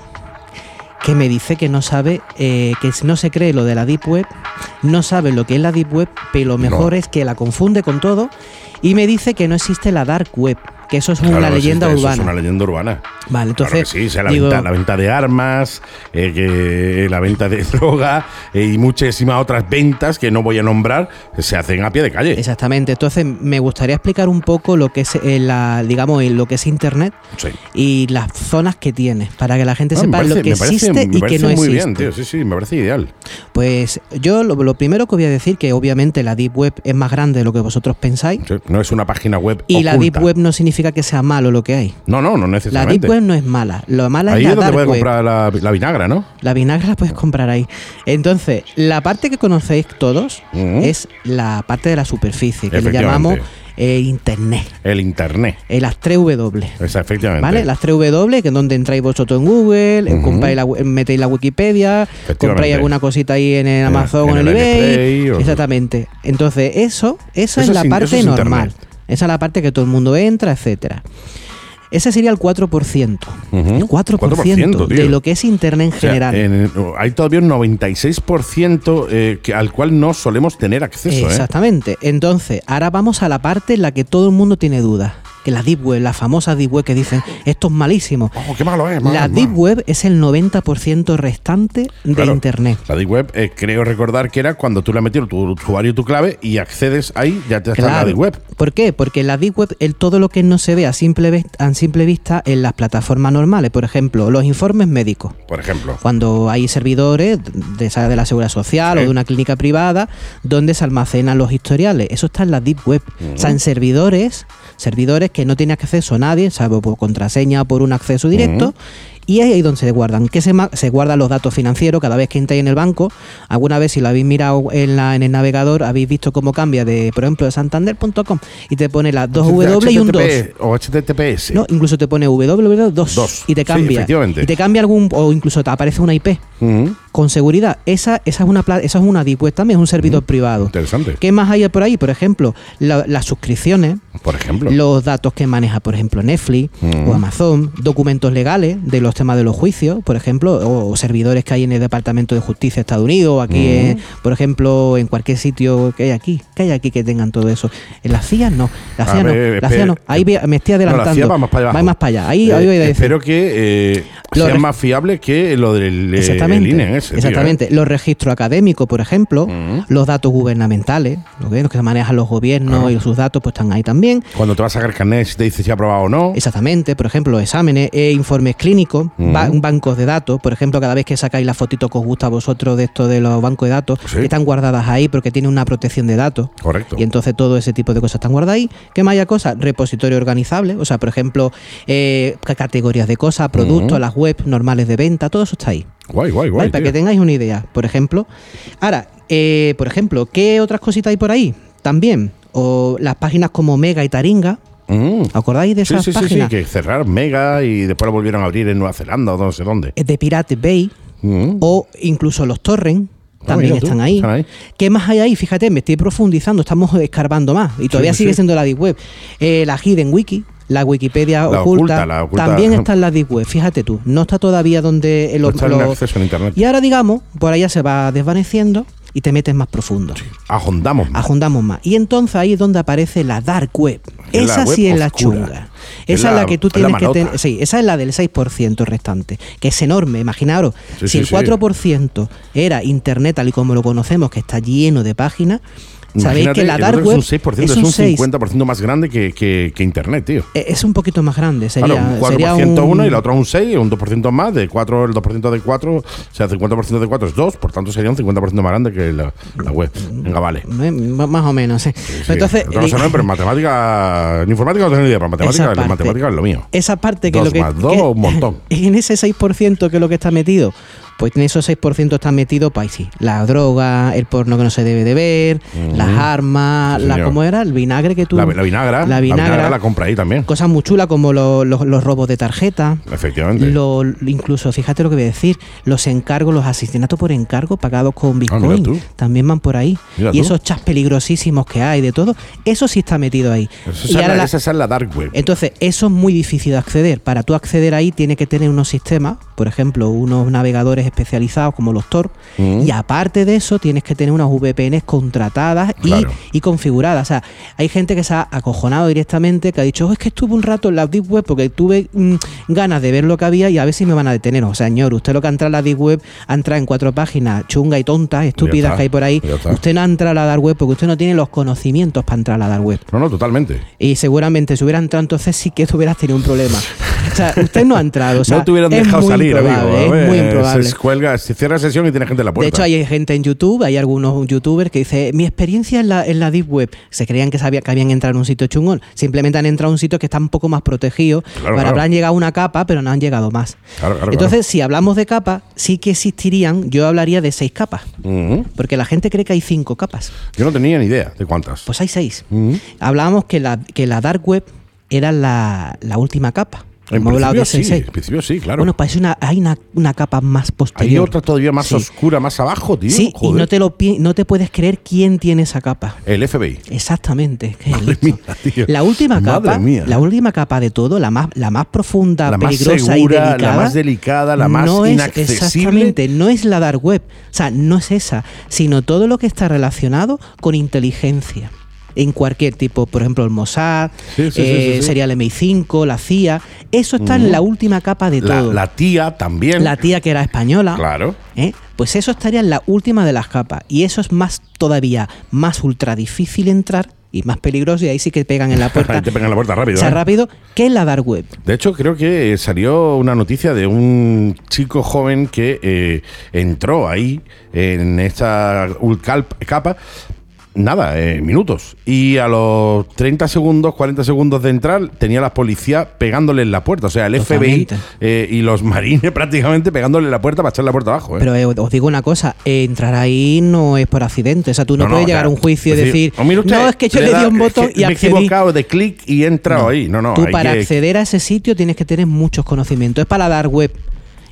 que me dice que no sabe, eh, que no se cree lo de la Deep Web, no sabe lo que es la Deep Web, pero lo mejor
No.
es que la confunde con todo y me dice que no existe la Dark Web, que eso es una
Claro,
leyenda
existe, eso
urbana.
Es una leyenda urbana.
Vale,
Claro
entonces.
que sí, o sea, la,
digo,
venta, la venta de armas, eh, que la venta de droga eh, y muchísimas otras ventas que no voy a nombrar eh, se hacen a pie de calle.
Exactamente. Entonces, me gustaría explicar un poco lo que es eh, la, digamos, eh, lo que es internet
Sí.
y las zonas que tiene, para que la gente
Ah,
sepa lo que
me parece-
existe
me
y
parece
que no
muy
existe.
bien, tío. Sí, sí, me parece ideal.
Pues yo lo, lo primero que voy a decir que obviamente la Deep Web es más grande de lo que vosotros pensáis.
Sí, No es una página web.
Y la
oculta.
Deep Web no significa que sea malo lo que hay.
No, no, no
La
necesariamente.
Deep Web no es mala. Lo mala
Ahí
es
es
la
donde
Dark
puedes
Web.
comprar la, la vinagra, ¿no?
La vinagre la puedes comprar ahí. Entonces, la parte que conocéis todos
Ujú.
es la parte de la superficie, que le
Efectivamente.
llamamos eh, Internet.
El internet.
eh, las 3 W.
Esa, efectivamente.
¿Vale? Las 3 W, que es donde entráis vosotros en Google, eh, compráis la we- metéis la Wikipedia, compráis alguna cosita ahí en el Amazon
en
o en el
el
eBay.
Play o-
Exactamente. Entonces, eso,
Eso
esa es
es
la
in- eso
parte
es
normal.
Internet.
Esa es la parte que todo el mundo entra, etcétera. Ese sería el 4%.
Ujú.
El 4%,
4%, tío.
de lo que es Internet en
O sea,
general.
en- hay todavía un 96% eh, que, al cual no solemos tener acceso. ¿eh?
Exactamente. Entonces, ahora vamos a la parte en la que todo el mundo tiene dudas. Que la Deep Web, la famosa Deep Web que dicen, esto es malísimo.
Oh, qué malo es, malo,
La
malo.
Deep Web es el 90% restante de
Claro.
Internet.
La Deep Web, eh, creo recordar que era cuando tú le has metido tu usuario y tu clave y accedes ahí, ya te está en la
Claro.
Deep Web.
¿Por qué? Porque en la Deep Web el, todo lo que no se ve a simple, ve- a simple vista en las plataformas normales, por ejemplo, los informes médicos.
Por ejemplo.
Cuando hay servidores de, esa- de la Seguridad Social
Sí.
o de una clínica privada donde se almacenan los historiales. Eso está en la Deep Web. O sea, en servidores, servidores que no tiene acceso nadie, salvo por contraseña o por un acceso directo. Y es ahí donde se guardan. que se, ma- se guardan los datos financieros cada vez que entráis en el banco? Alguna vez, si lo habéis mirado en, la, en el navegador, habéis visto cómo cambia de, por ejemplo, de santander.com y te pone las dos W y un 2.
HTTP O HTTPS.
No, incluso te pone ww 2
Dos.
y te
Sí,
cambia.
efectivamente.
y te cambia algún o incluso te aparece una IP
Ujú.
con seguridad. Esa, esa es una pla- esa es una deep web también, es un servidor privado.
Interesante.
¿Qué más hay por ahí? Por ejemplo, la- las suscripciones,
Por ejemplo.
los datos que maneja, por ejemplo, Netflix
Mm.
o Amazon, documentos legales de los temas de los juicios, por ejemplo, o, o servidores que hay en el Departamento de Justicia de Estados Unidos, o aquí, eh, por ejemplo, en cualquier sitio que hay aquí, que hay aquí que tengan todo eso. En la CIA no, la
A
CIA no,
ver,
la CIA no.
espera.
Ahí ve- me estoy
No, la
adelantando.
CIA va más para allá.
Va más para allá. Ahí,
Eh,
ahí voy a decir.
espero que eh,
Lo
sea
re-
más fiable que lo del eh,
Exactamente.
el INE ese, tío, ¿eh?
exactamente. Los registros académicos, por ejemplo,
Mm.
los datos gubernamentales, los que- los que manejan los gobiernos
Claro.
y sus datos, pues están ahí también.
¿eh? Cuando te vas a sacar carnet, si te dice si ha aprobado o no.
Exactamente, por ejemplo, los exámenes, eh, informes clínicos, datos,
Mm.
ba- bancos de datos. Por ejemplo, cada vez que sacáis la fotito que os gusta a vosotros de esto de los bancos de datos,
Sí.
que están guardadas ahí porque tienen una protección de datos.
Correcto.
Y entonces todo ese tipo de cosas están guardadas ahí. ¿Qué más hay cosas? Repositorio organizable, o sea, por ejemplo, eh, ca- categorías de cosas, productos,
Mm.
las webs normales de venta, todo eso está ahí.
Guay, guay, guay.
¿vale? Para
tío.
que tengáis una idea, por ejemplo. Ahora, eh, por ejemplo, ¿qué otras cositas hay por ahí? También, o las páginas como Mega y Taringa,
Mm.
¿acordáis de
Sí,
esas
sí, sí,
páginas?
sí, que cerraron Mega y después lo volvieron a abrir en Nueva Zelanda o no sé dónde.
de Pirate Bay
Mm.
o incluso los Torrent
Ah,
también
mira tú,
están, ahí.
están ahí.
¿Qué más hay ahí? Fíjate, me estoy profundizando, estamos escarbando más y todavía
sí,
sigue
sí.
siendo la Deep Web. Eh, la Hidden Wiki, la Wikipedia
La
oculta,
oculta, la oculta.
también está en la Deep Web, fíjate tú, no está todavía donde el
No está en acceso en Internet.
Y ahora digamos, por allá se va desvaneciendo y te metes más profundo.
Ajondamos. más.
Ajundamos más. Y entonces ahí es donde aparece la Dark Web.
Es la
esa
web
sí es la
oscura.
chunga.
Es
Esa es
la-
la que tú
es la
tienes que
malota.
tener. Sí, esa es la del 6% restante, que es enorme. Imaginaros,
Sí,
si
sí,
el
sí.
4% era Internet tal y como lo conocemos, que está lleno de páginas, sabéis
Imagínate,
que la
el
Dark
otro
Web
es un 6%, es un, 50% más grande que, que- que Internet, tío.
Eh, Es un poquito más grande. Sería,
Claro, un 4%
sería
uno y la otra un 6, un 2% más, de 4, el 2% de 4, o sea, 50% de 4 es 2, por tanto sería un 50% más grande que la, la web. Venga, vale.
Eh, ma- Más o menos, sí.
Sí,
Entonces, eh,
otra cosa
el-
no, pero en matemática, en informática no tengo ni idea, pero en matemática,
Esa
la
parte.
matemática es lo mío.
esa parte que
Dos
lo que,
más dos,
que-
un montón.
en ese 6% que es lo que está metido pues en esos 6% está metido pues sí la droga el porno que no se debe de ver las armas
Sí,
la,
señor.
¿cómo era? el vinagre que tú
la, la vinagra,
la vinagra,
la vinagra la compra ahí también.
cosas muy chulas como lo- lo- los robos de tarjeta
Efectivamente.
lo, incluso fíjate lo que voy a decir los encargos los asesinatos por encargo pagados con bitcoin
Ah, tú.
también van por ahí
Mira
y
tú.
esos chats peligrosísimos que hay de todo eso sí está metido ahí
Esa
Y
es,
ahora
la,
la-
esa es la dark web.
entonces, eso es muy difícil de acceder. Para tú acceder ahí, tiene que tener unos sistemas, por ejemplo, unos navegadores especializados como los Tor.
Mm.
Y aparte de eso, tienes que tener unas VPNs contratadas y,
Claro.
y configuradas. O sea, hay gente que se ha acojonado directamente, que ha dicho, "Oh, es que estuve un rato en la Deep Web porque tuve mm, ganas de ver lo que había y a ver si me van a detener. O sea, señor, usted lo que ha entrado en la Deep Web, ha entrado en cuatro páginas chunga y tontas, estúpidas
está,
que hay por ahí.
ya está.
Usted no ha entrado a la Dark Web porque usted no tiene los conocimientos para entrar a la Dark Web.
No, no, totalmente.
Y seguramente si hubieran entrado entonces sí que hubieras tenido un problema. O sea, usted no ha entrado. O sea,
no te hubieran
es
dejado
muy
salir,
improbable,
amigo.
Es muy
Eh,
improbable.
Se cuelga, se cierra sesión y tiene gente en la
De
puerta.
hecho, hay gente en YouTube, hay algunos youtubers que dicen, mi experiencia en la, en la Deep Web, se creían que sabía que habían entrado en un sitio chungón, simplemente han entrado en un sitio que está un poco más protegido,
Claro,
para
claro.
habrán llegado a una capa, pero no han llegado más.
Claro, claro,
Entonces, si hablamos de capas, sí que existirían, yo hablaría de seis capas,
Ujú.
porque la gente cree que hay cinco capas,
Yo no tenía ni idea de cuántas.
pues hay seis.
Ujú.
Hablábamos que la, que la dark web era la, la última capa.
En
Hemos hablado
principio
de
sí,
Sensei.
en principio sí, claro.
Bueno, pues una, hay una, una capa más
hay
posterior.
otra todavía más
Sí.
oscura, más abajo, tío.
Sí, y
Joder.
no te, lo, pi- no te puedes creer quién tiene esa capa.
El FBI.
Exactamente. qué
Madre
listo.
mía, tío.
La última
Madre
capa,
mía.
la última capa de todo, la más, la más profunda,
La más
peligrosa
segura, la
y delicada.
más delicada, la más
no es-
inaccesible.
exactamente, no es la dark web, o sea, no es esa, sino todo lo que está relacionado con inteligencia. En cualquier tipo, por ejemplo, el Mossad,
Sí, sí, sí,
eh,
sí, sí.
sería el MI5, la CIA, eso está en la última capa de
La,
todo.
la tía también.
La tía que era española.
Claro.
¿eh? Pues eso estaría en la última de las capas. Y eso es más todavía más ultra difícil entrar y más peligroso. Y ahí sí que pegan en la puerta.
Ahí te pegan la puerta rápido.
o sea,
¿eh?
rápido que en la dark web.
De hecho, creo que eh, salió una noticia de un chico joven que eh, entró ahí en esta ulcal- capa. Nada, eh, minutos. Y a los 30 segundos, 40 segundos de entrar, tenía la policía pegándole en la puerta. O sea, el
Totalmente.
FBI eh, y los marines prácticamente pegándole en la puerta para echar la puerta abajo. ¿eh?
Pero eh, os digo una cosa: eh, entrar ahí no es por accidente. O sea, tú no,
No, no,
puedes
o sea,
llegar a un juicio y
es
decir,
"Oh, mire usted,
no, es que yo le,
da-
di un
es
botón
que
y
me he
accedí.
equivocado de clic y he entrado ahí. No, no,
tú
hay
para
que-
acceder a ese sitio tienes que tener muchos conocimientos. Es para la dark web.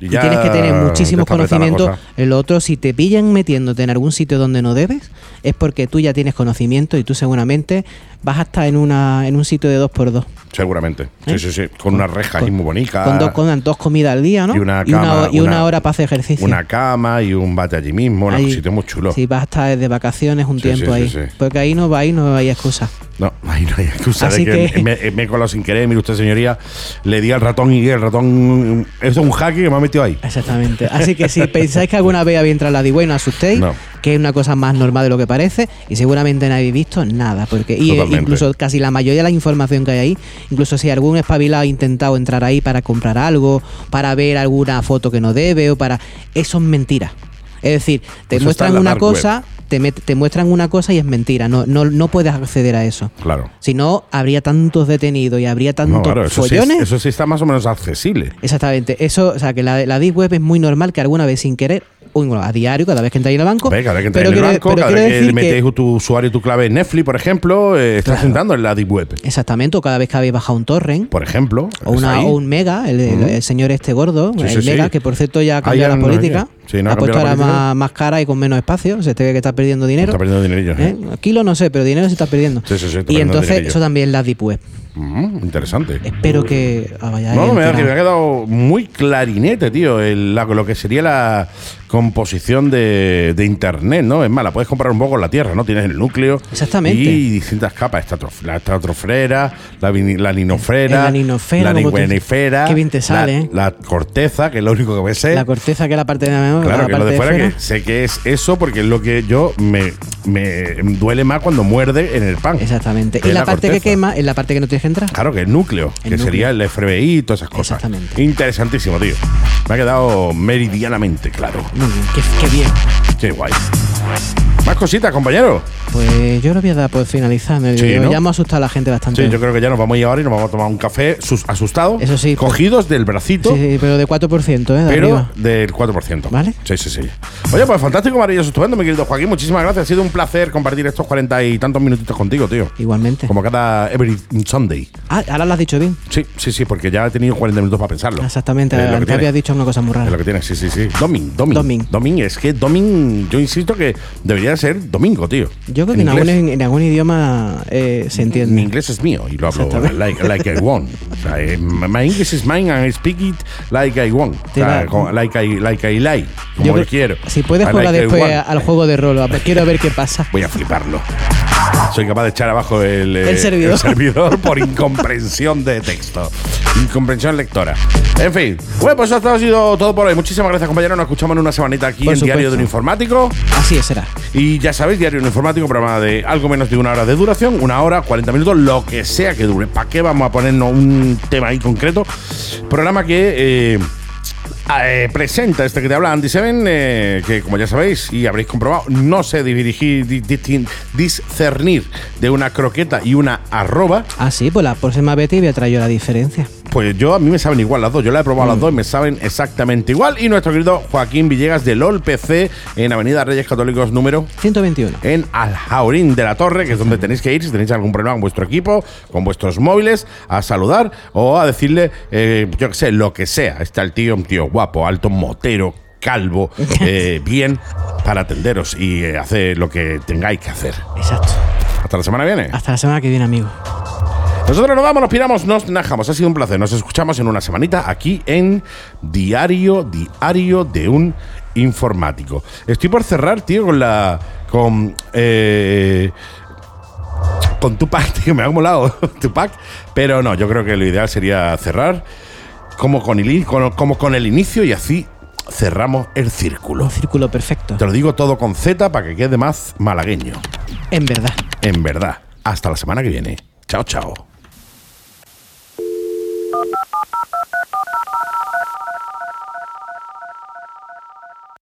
Y
Y,
ya
tienes que tener muchísimos
te está apretada la
conocimientos.
cosa.
El otro, si te pillan metiéndote en algún sitio donde no debes, es porque tú ya tienes conocimiento y tú seguramente vas hasta en una en un sitio de dos por dos.
Seguramente.
¿Eh?
Sí, sí, sí. Con una reja ahí muy bonita.
Con dos, con dos comidas al día, ¿no?
Ah. Y una
ho-
cama,
y una
una-
hora para hacer ejercicio.
una cama y un bate allí mismo, un
Ahí-
sitio muy chulo.
Sí, vas a estar de vacaciones un
Sí,
tiempo
sí,
ahí.
sí, sí.
Porque ahí no va, ahí no hay excusa.
No, ahí no hay excusa
Así
de que,
que-
Me, me he colado sin querer, mire usted señoría, le di al ratón y el ratón eso es un jaque que me ha metido ahí.
Exactamente. Así que si pensáis que alguna vez había entrado la D-Way, no asustéis.
No.
que es una cosa más normal de lo que parece y seguramente no habéis visto nada, porque y, eh,
Totalmente.
incluso casi la mayoría de la información que hay ahí, incluso si algún espabilado ha intentado entrar ahí para comprar algo, para ver alguna foto que no debe o para... Eso es mentira. Es decir, te
Pues Eso está en
muestran
la
una
dark web.
cosa, te, met- te muestran una cosa y es mentira, no, no, no puedes acceder a eso.
Claro.
Si no, habría tantos detenidos y habría tantos
No, claro, eso sí,
follones.
eso sí está más o menos accesible.
Exactamente. Eso, o sea, que la, la deep web es muy normal que alguna vez sin querer, uy, bueno, a diario, cada vez que entráis en el banco.
Venga, cada vez que entras
pero
en el
quiero-
banco,
pero
cada
quiero
vez que
decir
metes tu usuario y tu clave en Netflix, por ejemplo, eh, estás entrando en la Deep Web.
Exactamente, o cada vez que habéis bajado un torrent.
Por ejemplo.
O,
es
una,
ahí.
o un mega, el, el- el señor este gordo,
Pues Sí,
el
sí, sí.
mega, que por cierto ya ha
Ah,
cambiado
ya
la
no, ya.
política,
Sí, no, ha
ha puesto
cambiado la
ahora
política.
más, más cara y con menos espacio, se te ve que está perdiendo dinero.
Está perdiendo dinerillo. ¿eh?
¿eh? Kilo no sé, pero dinero se está perdiendo.
Sí, sí, sí, está
y
perdiendo
entonces
dinerillo.
eso también es la deep web.
Mm, interesante.
Espero que... ah, vaya,
No,
ahí
me ha,
entera.
me ha quedado muy clarinete, tío, el- la- lo que sería la composición de, de Internet, ¿no? Es más, la puedes comprar un poco con la Tierra, ¿no? Tienes el núcleo.
Exactamente.
Y distintas capas. Está trof- la estratosfera, la, vini- la ninofera.
Eh, La ninofera,
La
como tú-
ninguenifera,
Qué bien te
la-
sale, ¿eh?
La corteza, que es lo único que me sé.
La corteza que es la parte de la
¿eh? Claro,
la
que lo
parte
de fuera
fuera.
que sé que es eso porque es lo que yo me, me duele más cuando muerde en el pan.
Exactamente.
que
y
es
la, parte
corteza.
que quema es la parte que no tienes que entrar.
Claro, que el núcleo,
El
que
núcleo.
sería el FBI y todas esas cosas.
Exactamente.
Interesantísimo, tío. Me ha quedado meridianamente claro.
Muy bien, qué, qué bien.
Qué guay. Más cositas, compañero.
Pues yo lo voy a dar por finalizar. Me,
Sí, ¿no?
Ya hemos asustado a la gente bastante.
Sí, yo creo que ya nos vamos a ir ahora y nos vamos a tomar un café sus- asustado.
Eso sí.
Cogidos del bracito.
Sí, sí, pero de 4%, ¿eh? De
Pero
arriba.
del 4%.
¿Vale?
Sí, sí, sí. Oye, pues fantástico, maravilloso, estupendo, mi querido Joaquín. Muchísimas gracias. Ha sido un placer compartir estos cuarenta y tantos minutitos contigo, tío.
Igualmente.
Como cada Every Sunday.
Ah, ahora lo has dicho bien.
Sí, sí, sí, porque ya he tenido 40 minutos para pensarlo.
Exactamente.
Es lo que
antes
tiene.
habías dicho una cosa muy
Es lo
rara.
que tiene, sí, sí, sí. Domin, Domin.
Domin.
Domin, es que Domin, yo insisto que debería ser domingo, tío.
Yo creo que en, algún,
inglés,
en algún idioma eh, se
mi
entiende.
inglés es mío y lo hablo uh,
Exactamente.
like, like I want. O sea, eh, my English is mine and I speak it like I want. O
Te
sea,
va-
con- like, I, like I like, como
Yo
yo,
creo-
quiero.
Si puedes
I
jugar
like I
después
want.
al juego de rol, a- quiero ver qué pasa.
Voy a fliparlo. Soy capaz de echar abajo el, eh,
El servidor.
servidor por incomprensión de texto. Incomprensión lectora. En fin. Bueno, pues esto ha sido todo por hoy. Muchísimas gracias, compañeros. Nos escuchamos en una semanita aquí
Por
en Diario
supuesto.
de un Informático.
Así es, será.
Y ya sabéis, Diario Informático, programa de algo menos de una hora de duración, una hora, 40 minutos, lo que sea que dure. ¿Para qué vamos a ponernos un tema ahí concreto? Programa que eh, eh, presenta este que te habla Andy Seven, eh, que como ya sabéis y habréis comprobado, no sé dirigir, di- distin- discernir de una croqueta y una arroba.
Ah, sí, pues la próxima vez te voy a traer yo la diferencia.
Pues yo a mí me saben igual las dos. Yo la he probado las dos y me saben exactamente igual. Y nuestro querido Joaquín Villegas de LOL PC en Avenida Reyes Católicos número
121.
en Aljaurín de la Torre, que es donde tenéis que ir si tenéis algún problema con vuestro equipo, con vuestros móviles, a saludar o a decirle, eh, yo qué sé, lo que sea. Está el tío, un tío guapo, alto, motero, calvo, eh, bien, para atenderos y eh, hacer lo que tengáis que hacer.
Exacto.
Hasta la semana que viene.
Hasta la semana que viene, amigo.
Nosotros nos vamos, nos piramos, nos najamos. Ha sido un placer. Nos escuchamos en una semanita aquí en Diario, Diario de un Informático. Estoy por cerrar, tío, con la. con. eh, con Tupac, tío, me ha molado Tupac. Pero no, yo creo que lo ideal sería cerrar como con el, in- con- como con el inicio y así cerramos el círculo.
Un círculo perfecto.
Te lo digo todo con Z para que quede más malagueño.
En verdad.
En verdad. Hasta la semana que viene. Chao, chao.